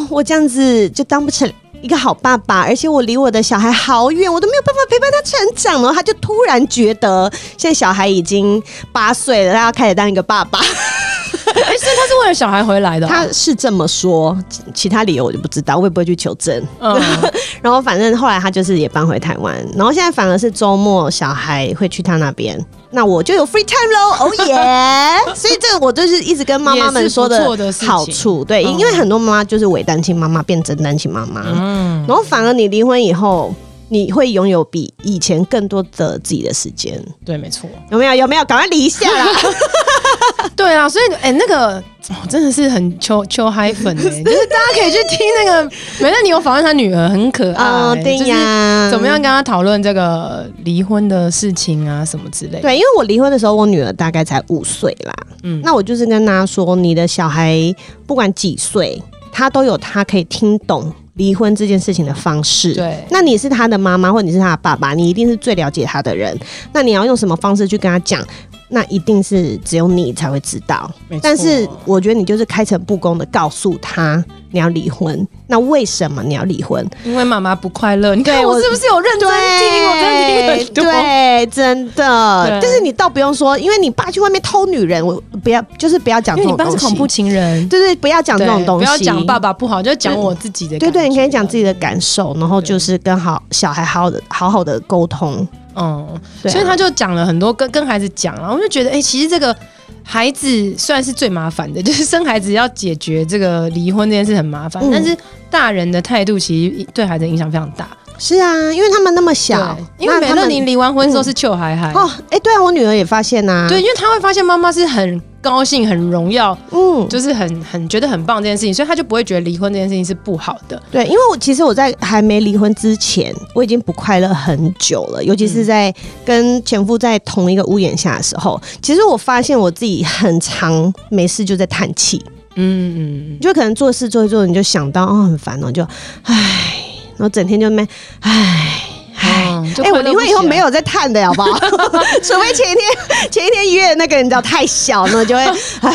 B: 我这样子就当不成。一个好爸爸，而且我离我的小孩好远，我都没有办法陪伴他成长了。他就突然觉得，现在小孩已经八岁了，他要开始当一个爸爸。
A: 哎、所以他是为了小孩回来的哦、
B: 他是这么说，其其他理由我就不知道，我也不会去求证。
A: 嗯，
B: *laughs* 然后反正后来他就是也搬回台湾，然后现在反而是周末小孩会去他那边，那我就有 free time
A: *laughs*
B: 喽，哦耶！所以这个我就是一直跟妈妈们说
A: 也是不错的事情
B: 好处，对，因为很多妈妈就是伪单亲妈妈变真单亲妈妈，
A: 嗯
B: 然后反而你离婚以后。你会拥有比以前更多的自己的时间，
A: 对，没错。
B: 有没有？有没有？赶快离一下啦！
A: *laughs* 对啊，所以哎、那个、哦、真的是很秋秋嗨粉哎、 *laughs* 就是大家可以去听那个美乐，你有访问他女儿，很可爱、
B: 哦，对
A: 哎就是
B: 呀，
A: 怎么样跟他讨论这个离婚的事情啊，什么之类的。
B: 对，因为我离婚的时候，我女儿大概才五岁啦。
A: 嗯
B: 嗯，那我就是跟她说，你的小孩不管几岁，他都有他可以听懂离婚这件事情的方式。
A: 对
B: 那你是他的妈妈，或者你是他的爸爸，你一定是最了解他的人。那你要用什么方式去跟他讲？那一定是只有你才会知道。
A: 没错
B: 但是我觉得你就是开诚布公的告诉他你要离婚，那为什么你要离婚？
A: 因为妈妈不快乐，你看
B: 对
A: 我
B: 我
A: 是不是有认真听？我真的听很多。
B: 对，真的
A: 对。
B: 但是你倒不用说，因为你爸去外面偷女人，我不要，就是不要讲这
A: 因为你
B: 种
A: 爸
B: 东
A: 是
B: 西。
A: 恐怖情人，
B: 对对，不要讲这种
A: 对
B: 东西。
A: 不要讲爸。爸不好，就讲我自己的。
B: 对对，你可以讲自
A: 己。
B: 己的感受，然后就是跟好小孩好好的好好的沟通。
A: 嗯，
B: 对啊
A: 所以他就讲了很多跟跟孩子讲，然后我就觉得，哎、其实这个孩子虽然是最麻烦的， *laughs* 就是生孩子要解决这个离婚这件事很麻烦，
B: 嗯
A: 但是大人的态度其实对孩子影响非常大。
B: 是啊，因为他们那么小
A: 对，因为
B: 那
A: 美
B: 他
A: 乐
B: 们嗯哦
A: 你离完婚之后是旧孩孩，
B: 哦，哎，对啊，我女儿也发现呐，
A: 对，，因为他会发现妈妈是很高兴、很荣耀，
B: 嗯，
A: 就是很很觉得很棒这件事情，所以他就不会觉得离婚这件事情是不好的。
B: 对，因为我其实我在还没离婚之前，我已经不快乐很久了，尤其是在跟前夫在同一个屋檐下的时候，其实我发现我自己很常没事就在叹气，
A: 嗯嗯，
B: 就可能做事做一做，你就想到哦很烦哦，就唉，然后整天就那边唉。唉，
A: 嗯就
B: 哎、我
A: 快乐
B: 离
A: 不
B: 婚以后
A: 起来
B: 没有在叹的，好
A: *laughs*
B: 不好？除非前一天前一天约的那个人，你知道太小，那
A: *laughs*
B: 我就会唉。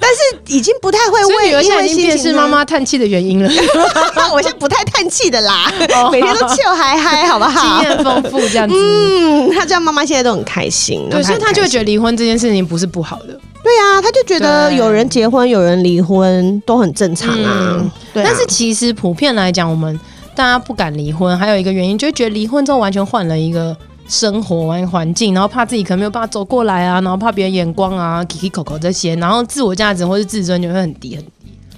B: 但是已经不太会
A: 所以
B: 为
A: 女儿现
B: 因
A: 在
B: 为
A: 已经
B: 心
A: 变
B: 情
A: 是妈妈叹气的原因了，经
B: *laughs* 我现在不太叹气的
A: *laughs*
B: 啦，每天都笑嗨嗨，好不好？
A: 哦验丰富这样子。
B: 嗯，他这样妈妈现在都很开心，
A: 对，
B: 然后
A: 所以
B: 很
A: 他就
B: 开
A: 会
B: 心
A: 觉得离婚这件事情不是不好的，
B: 对啊，他就觉得
A: 对
B: 有人结婚，有人离婚都很正常啊。
A: 嗯
B: 对啊
A: 但是其实普遍来讲，我们大家不敢离婚，还有一个原因就是觉得离婚之后完全换了一个生活完环境，然后怕自己可能没有办法走过来啊，然后怕别人眼光啊、k i 口口这些，然后自我价值或是自尊就会很低很低。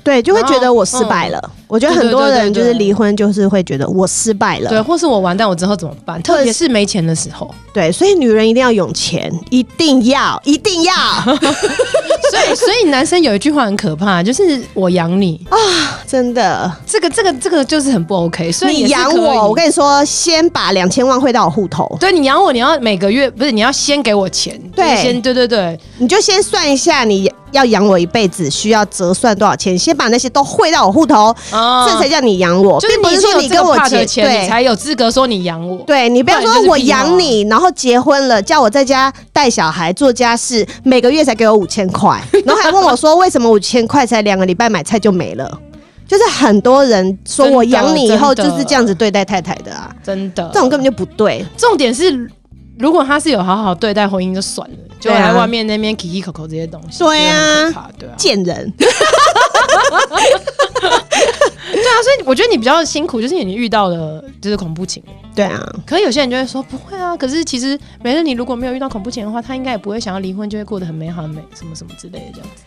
B: 对，就会觉
A: 哦
B: 得我失败
A: 嗯
B: 了。我觉得很多人就是离婚，就是会觉得我失败了。
A: 对，或是我完蛋，我之后怎么办？
B: 啊者是
A: 特别是没钱的时候，
B: 对所以女人一定要有钱，一定要，一定要 *laughs*
A: 所以所以男生有一句话很可怕，就是我养你，
B: 哦真的。
A: 这个这个这个就是很不 OK。所以
B: 你
A: 也是
B: 养
A: 可以
B: 我，我跟你说，先把两千万汇到我户头，
A: 对你养我，你要每个月不是你要先给我钱，
B: 对
A: 就是先对对对，
B: 你就先算一下，你要养我一辈子需要折算多少钱，先把那些都汇到我户头，
A: 啊
B: 这才叫你养我，
A: 就是
B: 哦并不是
A: 已经
B: 说
A: 有
B: 你
A: 这个
B: 跟我
A: part
B: 结
A: 的钱，你
B: 对。
A: 才有资格说你养我。
B: 对你不要
A: 不然
B: 说
A: 就是
B: 我
A: 屁话
B: 养你，然后结婚了，叫我在家带小孩、做家事，每个月才给我五千块，然后还问我说为什么五千块才两个礼拜买菜就没了。就是很多人说
A: 真的
B: 我养你以后就
A: 真的
B: 是这样子对待太太的啊，
A: 真的，
B: 这种根本就不对。
A: 重点是，如果他是有好好对待婚姻就算了，就
B: 对啊
A: 还外面那边 kiki 口口这些东西，
B: 对啊
A: 觉得很可怕对啊，
B: 贱人，
A: 对啊，所以我觉得你比较辛苦，就是你遇到了就是恐怖情人。
B: 对啊，
A: 可是有些人就会说不会啊，可是其实每日你如果没有遇到恐怖情人的话，他应该也不会想要离婚，就会过得很美好、很美什么什么之类的这样子。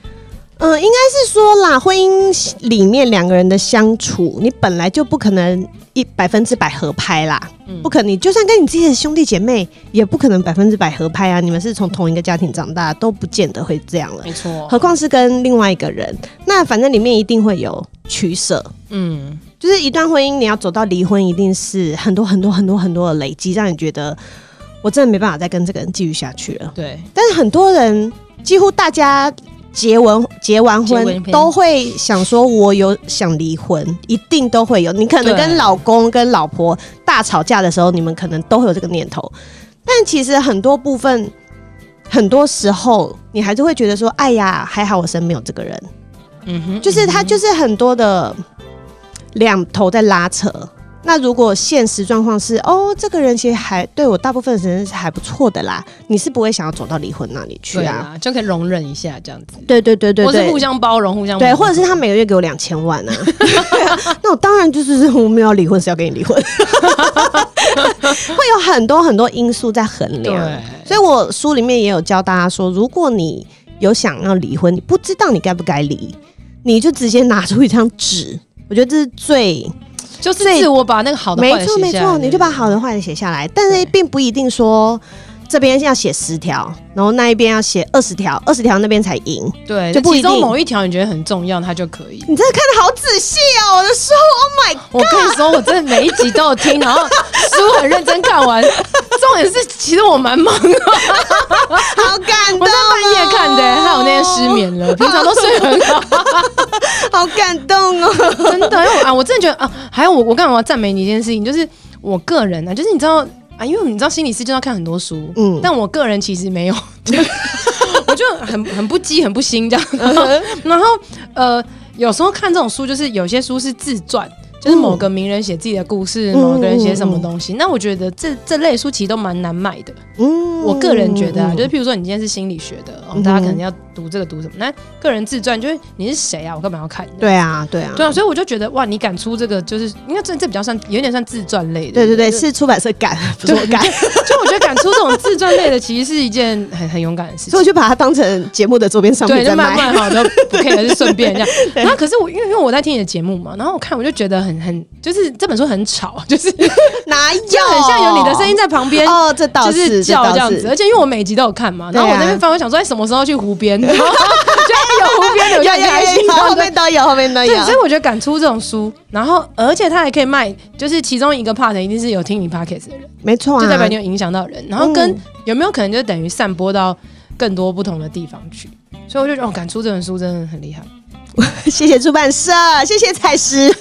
B: 嗯、应该是说啦，婚姻里面两个人的相处，你本来就不可能一百分之百合拍啦，
A: 嗯
B: 不可能。你就算跟你自己的兄弟姐妹，也不可能百分之百合拍啊。你们是从同一个家庭长大，都不见得会这样了，
A: 没错，
B: 何况是跟另外一个人。那反正里面一定会有取舍，
A: 嗯，
B: 就是一段婚姻，你要走到离婚，一定是很多很多很多很多的累积，让你觉得我真的没办法再跟这个人继续下去了。
A: 对，
B: 但是很多人，几乎大家结完结完
A: 结
B: 婚
A: 婚篇
B: 都会想说，我有想离婚，一定都会有。你可能
A: 对
B: 跟老公跟老婆大吵架的时候，你们可能都会有这个念头。但其实很多部分，很多时候你还是会觉得说，哎呀，还好我身边有这个人。
A: 嗯哼，
B: 就是他就是很多的两头在拉扯。那如果现实状况是，哦，这个人其实还对我大部分时间是还不错的啦，你是不会想要走到离婚那里去
A: 对
B: 啊？
A: 啊，就可以容忍一下这样子，
B: 对对对对
A: 或是互
B: 对。
A: 相包容、互相
B: 对，
A: 磨合
B: 或者是他每个月给我两千万啊， *laughs* 那我当然就是我没有要离婚，是要跟你离婚， *laughs* 会有很多很多因素在衡量。
A: 对，
B: 所以我书里面也有教大家说，如果你有想要离婚，你不知道你该不该离，你就直接拿出一张纸。 *laughs* 我觉得这是最
A: 就是
B: 最
A: 自我把那个好的
B: 没
A: 坏的
B: 错
A: 写
B: 没
A: 下来
B: 错，你就把
A: 对
B: 好的坏的写下来，但是
A: 对
B: 并不一定说这边要写十条，然后那一边要写二十条，二十条那边才赢。
A: 对，
B: 就不
A: 其
B: 一定
A: 中某一条你觉得很重要，它就可以。
B: 你真的看的好仔细哦，我的书，Oh my
A: 我跟你说，我真的每一集都有听，然后书很认真看完。 *laughs* 重点是，其实我蛮忙的，
B: 好感动、
A: 我
B: 哦，
A: 在半夜看的、害我那天失眠了。我平常都睡很
B: *laughs*
A: 好，
B: 好感动哦。
A: 真的。因为我啊，我真的觉得啊，还有我，我干嘛要赞美你一件事情？就是我个人呢、啊，就是你知道啊，因为你知道心理师就要看很多书，
B: 嗯
A: 嗯，但我个人其实没有， *laughs* 我就很很不羁，很不心这样。
B: 嗯
A: 然后呃，有时候看这种书，就是有些书是自传，就是某个名人写自己的故事，
B: 嗯
A: 某个人写什么东西。那我觉得这这类书其实都蛮难买的。
B: *laughs* 嗯
A: 我个人觉得啊，就是譬如说你今天是心理学的，哦
B: 嗯，
A: 大家可能要读这个读什么。那个人自传就是你是谁啊？我干嘛要看？
B: 对啊，对啊，
A: 对啊，所以我就觉得哇，你敢出这个，就是应该这这比较算有点算自传类的。
B: 对对对，是出版社
A: *laughs*
B: 敢，不是我敢。
A: 就我觉得敢出这种自传类的，其实是一件很很勇敢的事情
B: *laughs* 所以我。就把它当成节目的周边商品
A: 对，
B: 在
A: 就
B: 卖 *laughs*
A: 慢。慢好的，不可以还是顺便这样。然后可是我因为因为我在听你的节目嘛，然后我看我就觉得很很很，就是这本书很吵，就是
B: 哪有？
A: 就很像有你的声音在旁边。
B: 哦，这倒，
A: 就是是
B: 这
A: 叫
B: 倒
A: 这样
B: 是
A: 子，而且因为我每集都有看嘛，然后我
B: 对啊
A: 那边翻，我想说，哎，什么时候去湖
B: *laughs*
A: 边？然后就哎有湖边的，我就很开心。然后
B: 后
A: 就
B: 面都有，后面都有
A: 对，。所以我觉得敢出这种书，然后而且他还可以卖，就是其中一个 part 一定是有听你 podcast 的人，
B: 没错啊，
A: 就代表你有影响到人，然后跟
B: 嗯
A: 有没有可能就等于散播到更多不同的地方去。所以我就觉得，哦，敢出这本书真的很厉害，
B: 谢谢出版社，谢谢彩
A: *laughs*
B: 石。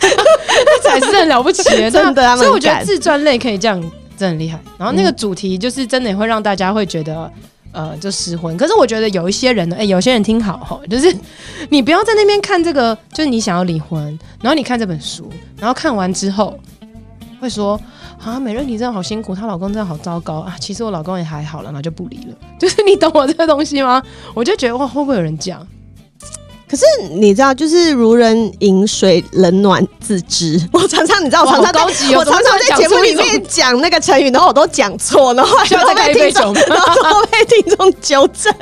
A: 这才是很了不起
B: *laughs*
A: 的，
B: 真的
A: 对啊
B: 他们
A: 所以我觉
B: 很嗯
A: 得
B: 敢
A: 自传类可以这样，真的很厉害。然后那个主题就是真的也会让大家会觉得。呃，就失魂。可是我觉得有一些人呢，哎、有些人听好吼，就是你不要在那边看这个，就是你想要离婚，然后你看这本书，然后看完之后会说啊，美乐你真的好辛苦，她老公真的好糟糕啊。其实我老公也还好了，然后就不离了。 *laughs* 就是你懂我这个东西吗？我就觉得哇，会不会有人讲？
B: 你知道，就是如人饮水，冷暖自知。我常常，你知道，我
A: 哇
B: 常常
A: 好高级
B: 在，
A: 哦
B: 我常常在节目里
A: 怎么突然讲出一
B: 面讲那个成语，然后我都讲错，然后后来
A: 需要
B: 都
A: 再开
B: 被
A: 一杯
B: 听
A: 酒吗
B: 众，*laughs* 然后都被听众纠
A: *laughs*
B: 正。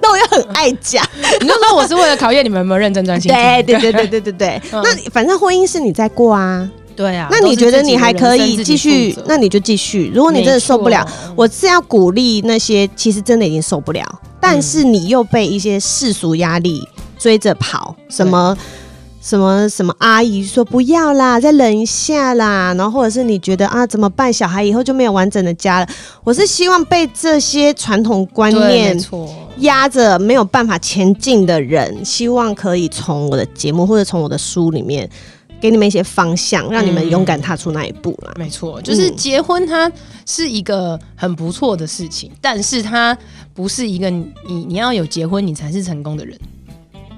B: 那我也很爱讲，
A: 你就说我是为了考验你们有没有认真专心听。
B: 对对对对对对对。
A: *laughs* 嗯
B: 那你反正婚姻是你在过啊，
A: 对啊
B: 那你觉得你还可以继续，那你就继续。如果你真的受不了
A: 没错，
B: 我是要鼓励那些其实真的已经受不了，但是你又被一些世俗压力追着跑，什么。什么什么阿姨说不要啦，再忍一下啦，然后或者是你觉得啊怎么办，小孩以后就没有完整的家了。我是希望被这些传统观
A: 对，
B: 念
A: 没错。
B: 压着没有办法前进的人，希望可以从我的节目或者从我的书里面给你们一些方向，让你们勇敢踏出那一步啦。
A: 没错，
B: 嗯
A: 就是结婚，它是一个很不错的事情，但是它不是一个你你你要有结婚你才是成功的人。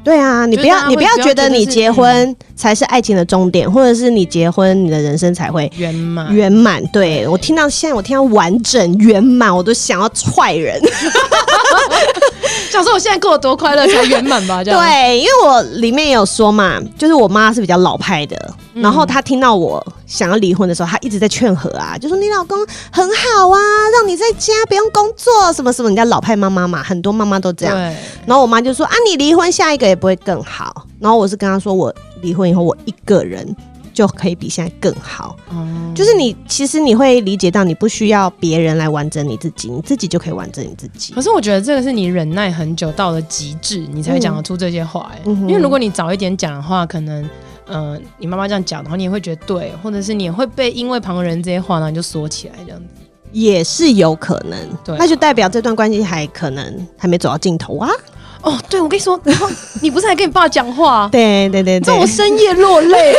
B: 对啊，你不
A: 就是大
B: 要
A: 家
B: 你
A: 会
B: 不要
A: 比较
B: 觉得你
A: 觉得是
B: 结婚才是爱情的终点，或者是你结婚你的人生才会。
A: 圆满，
B: 圆满，对我听到现在，我听到完整圆满，我都想要踹人。
A: 想说我现在过得多快乐才圆满吧？
B: *laughs*
A: 这样
B: 对，因为我里面也有说嘛，就是我妈是比较老派的，
A: 嗯
B: 然后她听到我想要离婚的时候，她一直在劝和啊，就说你老公很好啊，让你在家不用工作什么什么，人家老派妈妈嘛，很多妈妈都这样。
A: 对，
B: 然后我妈就说啊，你离婚下一个也不会更好。然后我是跟她说，我离婚以后我一个人就可以比现在更好。
A: 嗯
B: 就是你其实你会理解到，你不需要别人来完整你自己，你自己就可以完整你自己。
A: 可是我觉得这个是你忍耐很久到了极致，你才会讲得出这些话、
B: 嗯
A: 欸。因为如果你早一点讲的话，可能，嗯、你妈妈这样讲，然后你也会觉得对，或者是你也会被因为旁人这些话，然后你就缩起来这样子。
B: 也是有可能，
A: 对啊
B: 那就代表这段关系还可能还没走到尽头啊。
A: 哦，对，我跟你说，然后你不是还跟你爸讲
B: *laughs*
A: 话、
B: 对对对
A: 你知道
B: 对，
A: 我深夜落
B: *laughs*
A: 泪，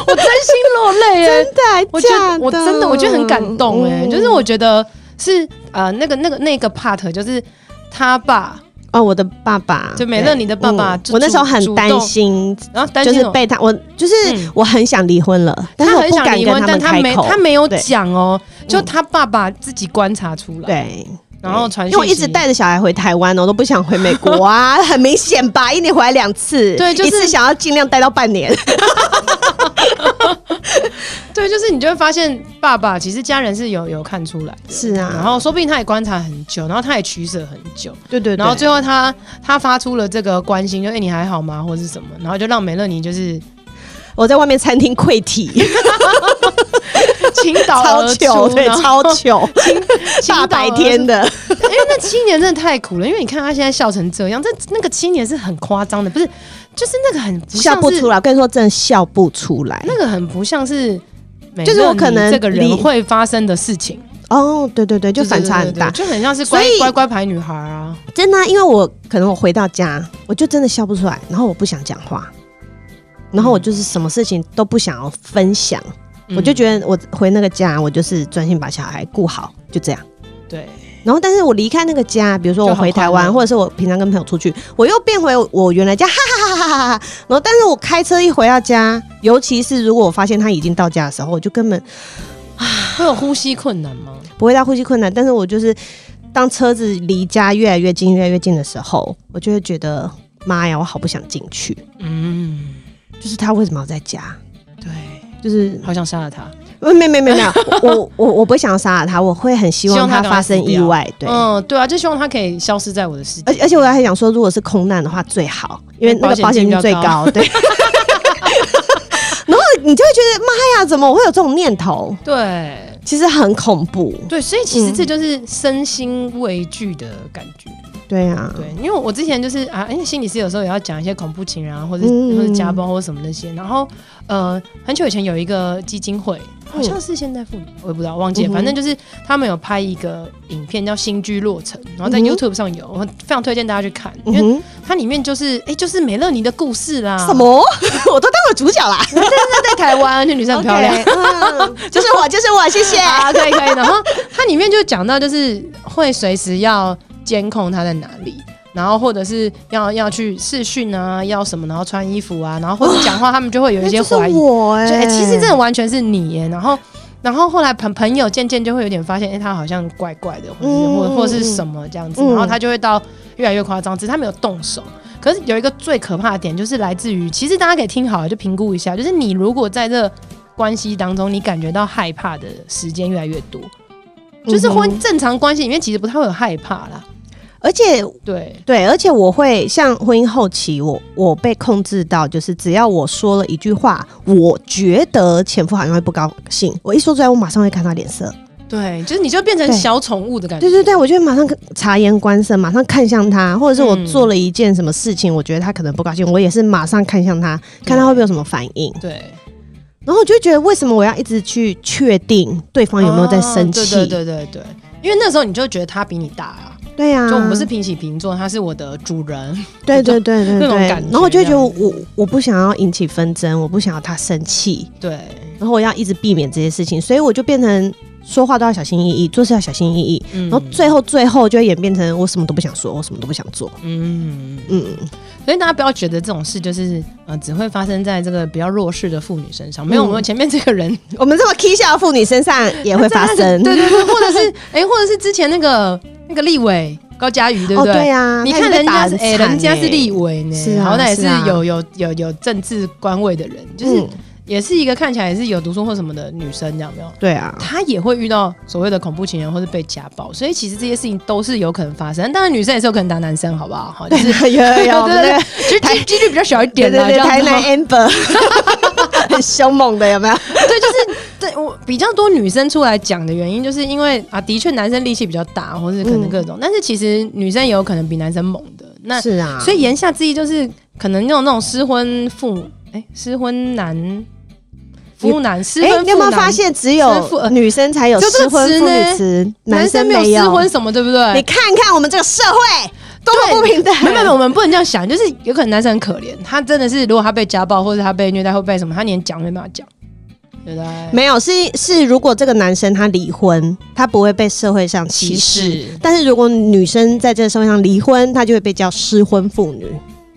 A: 我真心落泪、欸，
B: 真的还
A: 我觉
B: 假
A: 得我真的我觉得很感动哎、
B: 嗯
A: 就是我觉得是呃那个那个那个 part 就是他爸，
B: 哦，我的爸爸
A: 就美乐
B: 对嗯
A: 你的爸爸就
B: 我那时候
A: 主
B: 很
A: 主
B: 担
A: 动
B: 心，
A: 然后担
B: 就
A: 心
B: 是
A: 什么
B: 被他，我就是
A: 嗯
B: 我很想离婚了，但是
A: 他
B: 我
A: 很
B: 不
A: 想
B: 敢
A: 离
B: 跟
A: 婚，但
B: 们
A: 他
B: 开
A: 没
B: 口
A: 他。没有
B: 对
A: 讲哦，就
B: 嗯
A: 他爸爸自己观察出来，，
B: 对，
A: 然后传
B: 因为我
A: 讯
B: 一
A: 息
B: 直带着小孩回台湾哦，我都不想回美
A: *laughs*
B: 国啊，很明显吧，一年回来两次，
A: 对就是
B: 一次想要尽量待到半年，
A: 对，就是你就会发现爸爸其实家人是有有看出来的，
B: 是啊
A: 然后说不定他也观察很久，然后他也取舍很久，
B: 对对
A: 然后最后他他发出了这个关心，就哎、你还好吗，或者是什么，然后就让美乐妮就是
B: 我在外面餐厅溃体，
A: 倾倒
B: *laughs* 超
A: 而
B: 糗，
A: 出，
B: 对，
A: 然后
B: 超糗，
A: *laughs* 倾倒
B: 大
A: 而
B: 白天
A: *laughs*
B: 的，
A: 因为那七年真的太苦了，因为你看他现在笑成这样，这那个七年是很夸张的，不是，就是那个很不像
B: *laughs*
A: 是嗯
B: 笑不出来，我跟你说，真的笑不出来。
A: 那个很不像是美乐妮
B: 就是我可能
A: 这个人
B: 理
A: 会发生的事情，
B: 哦，对对对，就
A: 对
B: 反差很大，
A: 对对对就很像是
B: 所
A: 乖
B: 以
A: 乖乖牌女孩啊，
B: 真的啊、因为我可能我回到家，我就真的笑不出来，然后我不想讲话，然后我就是什么事情都不想要分享，我就
A: 得
B: 觉得我回那个家，我就是专心把小孩顾好，就这样。
A: 嗯对，
B: 然后，但是我离开那个家，比如说我回
A: 就
B: 台
A: 很快
B: 湾，
A: 乐
B: 或者是我平常跟朋友出去，我又变回我原来家，哈哈哈哈哈哈。然后，但是我开车一回到家，尤其是如果我发现他已经到家的时候，我就根本
A: 会有呼吸困难吗？
B: 不会到呼吸困难，但是我就是当车子离家越来越近、越来越近的时候，我就会觉得妈呀，我好不想进去。
A: 嗯，
B: 就是他为什么要在家？
A: 对，
B: 就是
A: 好想杀了他。
B: 呃没没没没有， *laughs* 我我我不会想要杀了他，我会很
A: 希
B: 希望
A: 望
B: 他
A: 他
B: 发生意外。对，而
A: 嗯，对啊，就希望他可以消失在我的世界。
B: 而且我还想说，如果是空难的话最好，因为那个保
A: 哎保 *laughs*
B: 险
A: 险
B: 金
A: 金
B: 最
A: 比较
B: 高。对。你就会觉得妈呀，怎么我会有这种念头？
A: 对
B: 其实很恐怖。
A: 对，所以其
B: 嗯
A: 实这就是身心畏惧的感觉。
B: 对啊，
A: 对，因为我之前就是啊，因为心理师有时候也要讲一些恐怖情人啊，或者、
B: 嗯
A: 或者家暴或者什么那些。然后呃，很久以前有一个基金会，好像是现代妇女，我也不知道忘记了，
B: 嗯嗯哼
A: 反正就是他们有拍一个影片叫《新居落成》，然后在
B: 嗯哼
A: YouTube 上有，我非常推荐大家去看，因
B: 嗯
A: 为啊
B: 哼，
A: 它里面就是哎、就是美乐妮的故事啦。
B: 什？么？ *laughs* 我都当了主角啦，
A: 在台湾，那女生很漂亮。
B: OK，嗯 *laughs* 就是我，就是我，谢谢。
A: 啊，可以可以。然后它里面就讲到，就是会随时要监控他在哪里，然后或者是要要去视讯啊，要什么，然后穿衣服啊，然后或者讲话，他们就会有一些
B: 那就是
A: 怀疑。
B: 我哎、
A: 就哎、其实这完全是你耶。然后，然后后来朋朋友渐渐就会有点发现，哎、他好像怪怪的，或者是
B: 嗯
A: 或
B: 嗯
A: 或是什么这样子。
B: 嗯
A: 然后他就会到越来越夸张，只是他没有动手。可是有一个最可怕的点，就是来自于，其实大家可以听好了，就评估一下，就是你如果在这关系当中，你感觉到害怕的时间越来越多，
B: 嗯
A: 就是
B: 婚。
A: 婚正常关系里面其实不太会有害怕啦，
B: 而且
A: 对，
B: 对，而且我会像婚姻后期，我我被控制到，就是只要我说了一句话，我觉得前夫好像会不高兴，我一说出来，我马上会看他脸色。
A: 对，就是你就变成
B: 对
A: 小宠物的感觉，
B: 对对对，我就会马上跟察言观色，马上看向他，或者是我
A: 嗯
B: 做了一件什么事情，我觉得他可能不高兴，我也是马上看向他，看他会不会有什么反应。
A: 对，
B: 然后我就会觉得，为什么我要一直去确定对方有没有在生气？
A: 哦对对对对对，因为那时候你就觉得他比你大啊，
B: 对啊，
A: 就我们是平起平坐，他是我的主人， *laughs*
B: 对对对对
A: 那种
B: 对。
A: 感觉
B: 然后我就会觉得
A: 这
B: 我
A: 样
B: 我我不想要引起纷争，我不想要他生气。
A: 对，
B: 然后我要一直避免这些事情，所以我就变成说话都要小心翼翼，做事要小心翼翼，
A: 嗯
B: 然后最后最后就会演变成我什么都不想说，我什么都不想做。
A: 嗯，
B: 嗯，
A: 所以大家不要觉得这种事就是呃只会发生在这个比较弱势的妇女身上，没有，
B: 嗯
A: 我们前面这个 *laughs* 人
B: 我们这么 K 笑的妇女身上也会发生，
A: 对 *laughs* 对对，或者是哎、或者是之前那个那个立委高嘉瑜，对不
B: 哦
A: 对？
B: 对啊，
A: 你
B: 她也
A: 看
B: 被
A: 人
B: 打
A: 家
B: 得
A: 是
B: 很
A: 哎、
B: 惨
A: 人家
B: 欸
A: 是立委呢，
B: 是啊
A: 好歹也是
B: 是啊
A: 有有有有政治官位的人，就是
B: 嗯
A: 也是一个看起来也是有读书或什么的女生，这样没有？
B: 对啊，
A: 她也会遇到所谓的恐怖情人或是被家暴，所以其实这些事情都是有可能发生。当然，女生也是有可能打男生，好不好？好，就是
B: *laughs* 有有啊有，我
A: 对
B: 们那
A: 对
B: 个
A: 对，其实几几率比较小一
B: 对
A: 点
B: 对
A: 啦，这
B: 对，
A: 样
B: 台
A: 子
B: 南
A: 哈。
B: Amber 很凶猛的有没有？
A: 对，就是对我比较多女生出来讲的原因，就是因为啊，的确男生力气比较大，或是可能各种，但是其实女生也有可能比男生猛的。那
B: 嗯是啊，
A: 所以言下之意就是，可能那种那种失婚父母，哎、失婚男、夫男、失
B: 哎
A: 婚，
B: 你有没
A: 妇
B: 有
A: 男
B: 发？现只
A: 失父
B: 有女生才有
A: 就这
B: 失
A: 个
B: 婚
A: 词
B: 妇
A: 呢
B: 女词，
A: 男生
B: 生
A: 没有
B: 没
A: 失婚什么，对不对？
B: 你看看我们这个社会多么不平等，
A: *laughs* 没有没有，我们不能这样想，就是有可能男生很可怜，他真的是如果他被家暴或者他被虐待或被什么，他连讲都没办法讲，对不对？
B: 没有，是是，如果这个男生他离婚，他不会被社会上歧视；但是如果女生在这个社会上离婚，她就会被叫失婚妇女。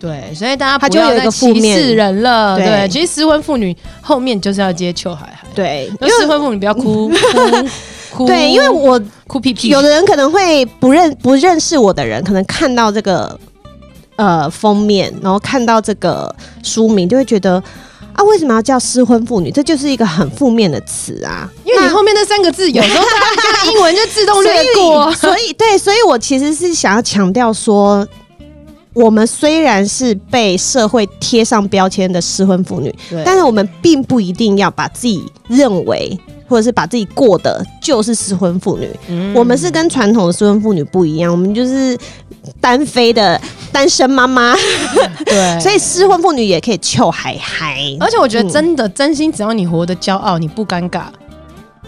A: 对，所以大家
B: 他
A: 不
B: 就
A: 要
B: 有一
A: 再
B: 个
A: 歧
B: 负面
A: 视人了。
B: 对
A: 对，其实失婚妇女后面就是要接邱海涵，
B: 对，
A: 那失婚妇女不要
B: *laughs*
A: 哭哭哭，
B: 对，因为我
A: 哭屁屁。
B: 有的人可能会不认不认识我的人，可能看到这个呃封面，然后看到这个书名，就会觉得啊，为什么要叫失婚妇女？这就是一个很负面的词啊，
A: 因为你
B: 那
A: 后面那三个
B: *laughs*
A: 字，有时候大家加英文就自动略过。
B: 所以，所以对，所以我其实是想要强调说，我们虽然是被社会贴上标签的失婚妇女，
A: 对
B: 但是我们并不一定要把自己认为。或者是把自己过的就是失婚妇女，
A: 嗯
B: 我们是跟传统的失婚妇女不一样，我们就是单飞的单身妈妈，
A: 对，
B: 所以失婚妇女也可以求海海，
A: 而且我
B: 嗯
A: 觉得真的真心，只要你活得骄傲，你不尴尬，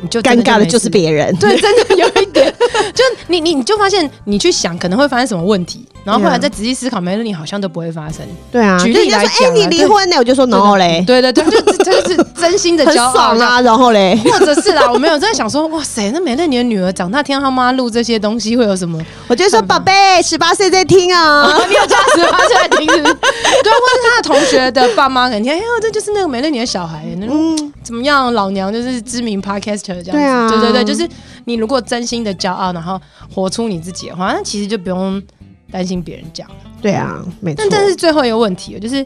A: 你就真
B: 尴尬的
A: 没事
B: 就是别人。
A: 对，真的有一点，就你你你就发现你去想可能会发生什么问题，然后后来
B: Yeah
A: 再仔细思考，没了你好像都不会发生。
B: *laughs* 对啊，
A: 举
B: 就
A: 例
B: 人家
A: 来讲
B: 说哎、
A: 啊
B: 你离
A: 对
B: 婚呢、我就说 no 嘞，
A: 对对对，就这就是真心的
B: *laughs* 很
A: 骄傲
B: 爽。啊，然后嘞，
A: 或者是啦，我没有在想说，哇塞，那美乐你的女儿长大听到她妈录这些东西会有什
B: *laughs*
A: 么？
B: 我
A: *laughs*
B: 就说
A: 嗯
B: 宝贝，十八岁在听啊、
A: 你有加十八岁来听是不是？对，或者她的同学的爸妈可能听，哎呦，这就是那个美乐你的小孩，那种
B: 嗯，
A: 怎么样？老娘就是知名 podcaster 这样子。
B: 对啊
A: 对对对，就是你如果真心的骄傲，然后活出你自己的话，那其实就不用担心别人讲。
B: 对啊，没错
A: 但。这是最后一个问题了，哦就是。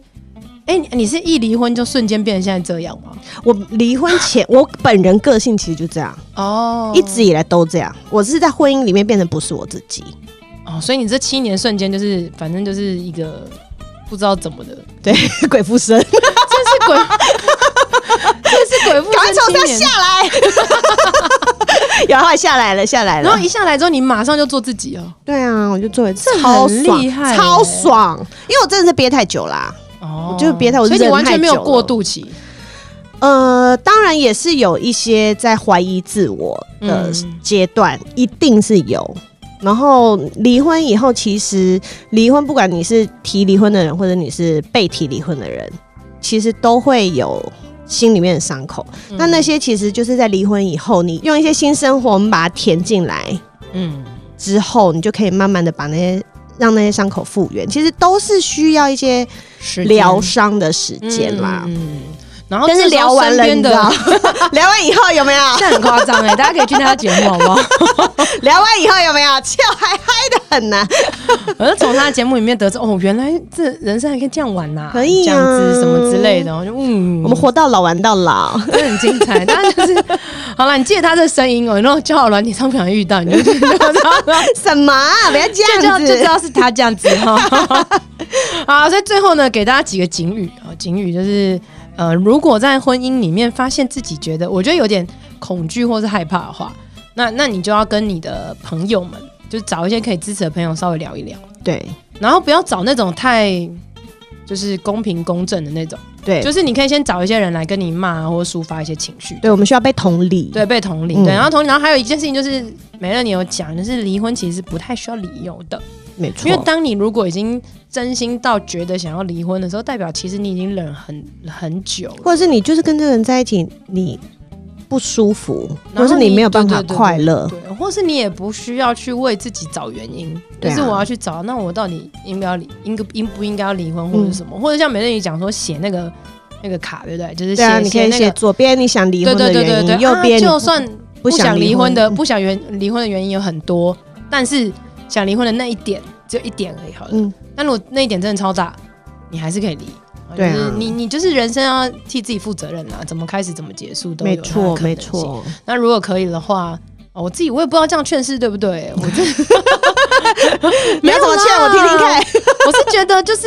A: 哎、你你是一离婚就瞬间变成现在这样吗？
B: 我离婚前，我本人个性其实就这样，
A: 哦
B: 一直以来都这样。我是在婚姻里面变成不是我自己，
A: 哦，所以你这七年瞬间就是，反正就是一个
B: *laughs*
A: 不知道怎么的， *laughs*
B: 对，鬼附身。
A: 真是鬼，鬼父
B: 赶快从
A: 生青
B: 上
A: 年。
B: 下来， *laughs* 然后下来了，下来
A: 然后。
B: 了
A: 一下来之后，你马上就做自己哦。
B: 对啊，我就做一次，
A: 这
B: 超
A: 很
B: 爽
A: 厉害耶
B: 超爽，因为我真的是憋太久啦、
A: 哦
B: 我就憋太我
A: 所以你
B: 忍
A: 完全
B: 太
A: 没有
B: 久了
A: 过渡期。
B: 呃，当然也是有一些在怀疑自我的
A: 嗯
B: 阶段，一定是有。然后离婚以后，其实离婚不管你是提离婚的人，或者你是被提离婚的人，其实都会有心里面的伤口。
A: 嗯
B: 那那些其实就是在离婚以后，你用一些新生活，我们把它填进来
A: 嗯，
B: 之后，你就可以慢慢的把那些让那些伤口复原。其实都是需要一些
A: 时间
B: 疗伤的时间啦。
A: 嗯，然后
B: 但是
A: 这时候
B: 聊完了，
A: 身
B: 你
A: 边
B: 知
A: 的
B: 道，聊完以后有没有？
A: *laughs* 这很夸张哎，大家可以去他的节目好不好？
B: 聊完以后有没有？就还嗨的很呢、
A: 我就从他的节目里面得知，哦，原来这人生还可以这样玩呐、
B: 可以啊
A: 这样子什么之类的，我就嗯，
B: 我们活到老玩到老，
A: 真的很精彩。大家就是 *laughs* 好了，你记得他这声音哦，然后交友软体上不想遇到，你就 *laughs* 知道，
B: 什么、啊？不要这
A: 就知道
B: 样
A: 就知
B: 子。
A: 道是他这样子
B: *laughs*
A: 哈。好，所以最后呢，给大家几个警语啊，警语就是。呃，如果在婚姻里面发现自己觉得我觉得有点恐惧或是害怕的话，那那你就要跟你的朋友们，就找一些可以支持的朋友稍微聊一聊。
B: 对
A: 然后不要找那种太就是公平公正的那种，
B: 对，
A: 就是你可以先找一些人来跟你骂啊或抒发一些情绪，
B: 对，我们需要被同理。
A: 对，被同理，
B: 嗯
A: 对，然后同理，然后还有一件事情就是，美乐你有讲，就是离婚其实是不太需要理由的，
B: 没错
A: 因为。当你如果已经真心到觉得想要离婚的时候，代表其实你已经忍很很久了，
B: 或者是你就是跟这个人在一起，你不舒服，
A: 然
B: 或
A: 后
B: 是你没有办法
A: 对对对
B: 快乐。
A: 对，或是你也不需要去为自己找原因，就
B: 对啊
A: 是我要去找，那我到底应不要离，应应不应该要离婚，或者什
B: 嗯
A: 么，或者像美乐你讲说写那个那个卡，对不对？就是写、
B: 对啊，你可以
A: 那
B: 写
A: 个。
B: 左边你想离
A: 对
B: 婚
A: 对
B: 的
A: 对
B: 原
A: 对对，
B: 因，右
A: 啊
B: 边你
A: 就算不
B: 不想
A: 想
B: 离
A: 离
B: 婚
A: 婚的，不想原离婚的原因有很多，但是想离婚的那一点只有一点而已，好了。
B: 嗯
A: 但如果那一点真的超大，你还是可以离。
B: 对啊
A: 就是你你就是人生要替自己负责任啊，怎么开始怎么结束都有
B: 没
A: 它的
B: 错
A: 可能
B: 没
A: 性。
B: 错， *laughs*
A: 那如果可以的话，哦我自己我也不知道这样劝是对不
B: *laughs*
A: 对，我这
B: 你要怎么劝我听听看？
A: 我是觉得就是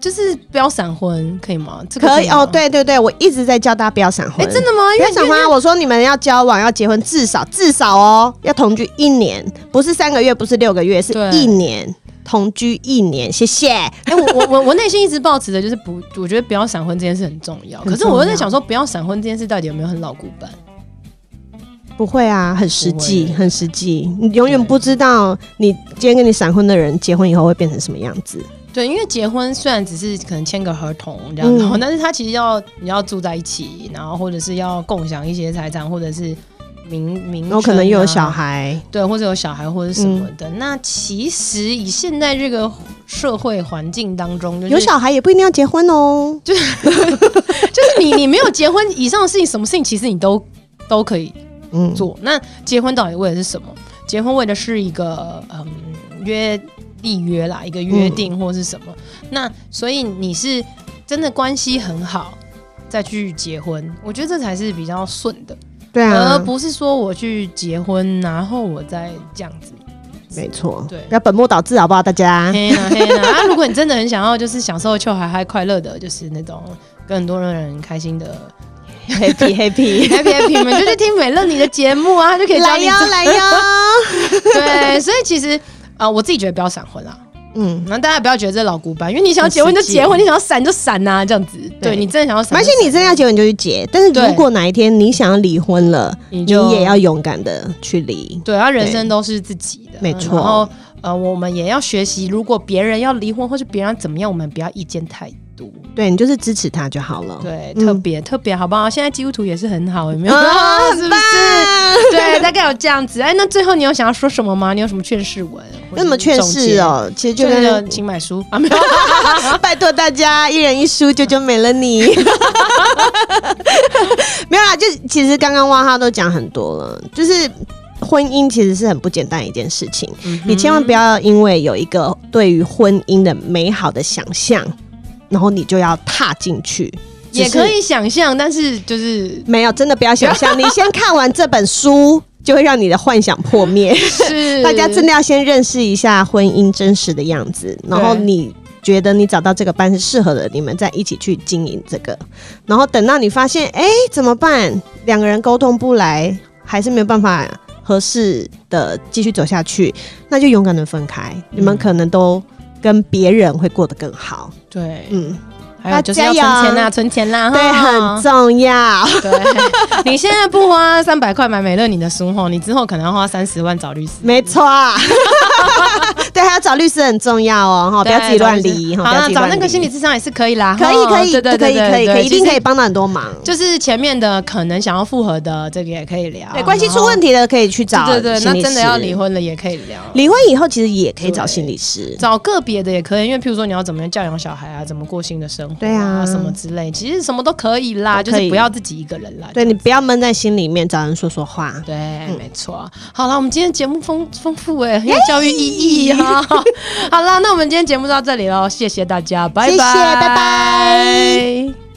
A: 就是不要闪婚，可以吗？这个
B: 可以
A: 吗 *laughs*
B: 哦，，对对对，我一直在教大家不要闪
A: 哎、
B: 婚，
A: 真的吗？因
B: 不
A: 为
B: 要想
A: 因为
B: 花，我说你们要交往要结婚，至少至少哦，要同居一年，不是三个月，不是六个月，是
A: 对
B: 一年同居一年。谢谢。
A: 哎、我我我我内心一直抱持的就是不，我觉得不要闪婚这件事很重要。
B: 很
A: 可是我又在想说，不要闪婚这件事到底有没有很老古板？
B: 不会啊，很实际，
A: 不会
B: 很实际。你永远不知道你今天跟你闪婚的人结婚以后会变成什么样子。
A: 对，因为结婚虽然只是可能签个合同这样子，
B: 嗯
A: 但是他其实要你要住在一起，然后或者是要共享一些财产，或者是名名、啊，
B: 然后可能又有小，孩，嗯
A: 对，或者有小孩或者什么的。那其实以现在这个社会环境当中，就是、
B: 有小孩也不一定要结婚哦。
A: 就是你你没有结婚以上的事情，什么事情其实你都都可以
B: 嗯，
A: 做。那结婚到底为的是什么？结婚为的是一个嗯约立约啦，一个约
B: 嗯
A: 定或是什么。那所以你是真的关系很好再去结婚，我觉得这才是比较顺的，
B: 对
A: 而
B: 啊，
A: 呃不是说我去结婚然后我再这样子。
B: 没错，
A: 对
B: 不要本末倒置好不好，大家？
A: 嘿啦嘿啦！啊，如果你真的很想要，就是享受秋海嗨快乐的，就是那种跟很多人开心的
B: *laughs* happy happy，
A: happy happy 们，就去听美乐你的节目啊，他就可以教
B: 来
A: 你
B: 哟
A: 怎 *laughs*
B: 来哟，
A: 对，所以其实啊、呃我自己觉得不要闪婚啦。
B: 嗯。
A: 那大家不要觉得这老古板，因为你想要结婚就结婚，你想要闪就闪呐、这样子。对你真的想要闪，
B: 而且你真的要结婚你就去结，但是如
A: 对
B: 果哪一天你想要离婚了，
A: 你
B: 你
A: 就
B: 也要勇敢的去离。
A: 对，啊，人生都是自己的，
B: 没错
A: 然后呃，我们也要学习，如果别人要离婚或是别人要怎么样，我们不要意见太多。
B: 对你就是支持他就好了。
A: 对，
B: 嗯
A: 特别、特别好不好？现在基督徒也是很好，有没有？ *laughs*
B: 啊，
A: 是不
B: 很棒
A: 是？！对，大概有这样子。哎，那最后你有想要说什么吗？你有什么劝世文？
B: 有什么劝世？哦？其实就
A: 就那个，
B: 跟
A: 请买书啊，没
B: *laughs*
A: 有。 *laughs*
B: 拜托大家一人一书，救救美了你。 *laughs* 没有啦，就其实刚刚哇哈都讲很多了，就是婚姻其实是很不简单的一件事情，
A: 嗯
B: 你千万不要因为有一个对于婚姻的美好的想象，然后你就要踏进去。
A: 也
B: 只是
A: 可以想象，但是
B: *laughs*
A: 就是
B: 没有，真的不要
A: *laughs*
B: 想象，你先看完这本书，就会让你的幻想破灭。
A: 是
B: 大家真的要先认识一下婚姻真实的样子，然后你觉得你找到这个班是适合的，你们再一起去经营这个。然后等到你发现，哎，怎么办？两个人沟通不来，还是没有办法合适的继续走下去，那就勇敢的分开。
A: 嗯
B: 你们可能都跟别人会过得更好。
A: 对，
B: 嗯，
A: 还有就是
B: 大
A: 要
B: 家
A: 存钱
B: 加
A: 啦，存钱啦，
B: 油对，
A: 哈
B: 很重要。 *laughs*
A: 对，你现在不花三百块买美乐你的书后，你之后可能要花三十万找律师。*laughs*
B: 没错，对，还要找律师很重要哦，哈，不要自己乱离，
A: 好
B: 哈，不要
A: 啦
B: 自，己
A: 找
B: 乱
A: 那个心理
B: 离。
A: 智商也是可以啦，
B: 可以，
A: 哈
B: 可以，
A: 对对
B: 可以，
A: 对
B: 可以，
A: 对
B: 可以，
A: 对
B: 一定
A: 就是
B: 可以帮到很多忙。
A: 就是前面的可能想要复合的，这个也可以聊。
B: 对，关系出问题的可以去
A: 然
B: 找
A: 后，对对对，
B: 心理
A: 那真的要
B: 师
A: 离，婚了也可以聊。
B: 离婚以后其实也可以找
A: 对
B: 心理师。
A: 找个别的也可以，因为譬如说你要怎么样教养小孩啊，怎么过新的生活、
B: 对啊
A: 什么之类，其实什么都可以啦，
B: 都
A: 就
B: 可以
A: 是不要自己一个人啦。
B: 对你不要闷在心里面，找人说说话。
A: 对，
B: 嗯
A: 没错。好了，我们今天节目丰丰富哎、很有教育意义哈。 *laughs* 好啦，那我们今天节目就到这里喽，谢谢大家，拜拜，
B: 谢谢拜
A: 拜。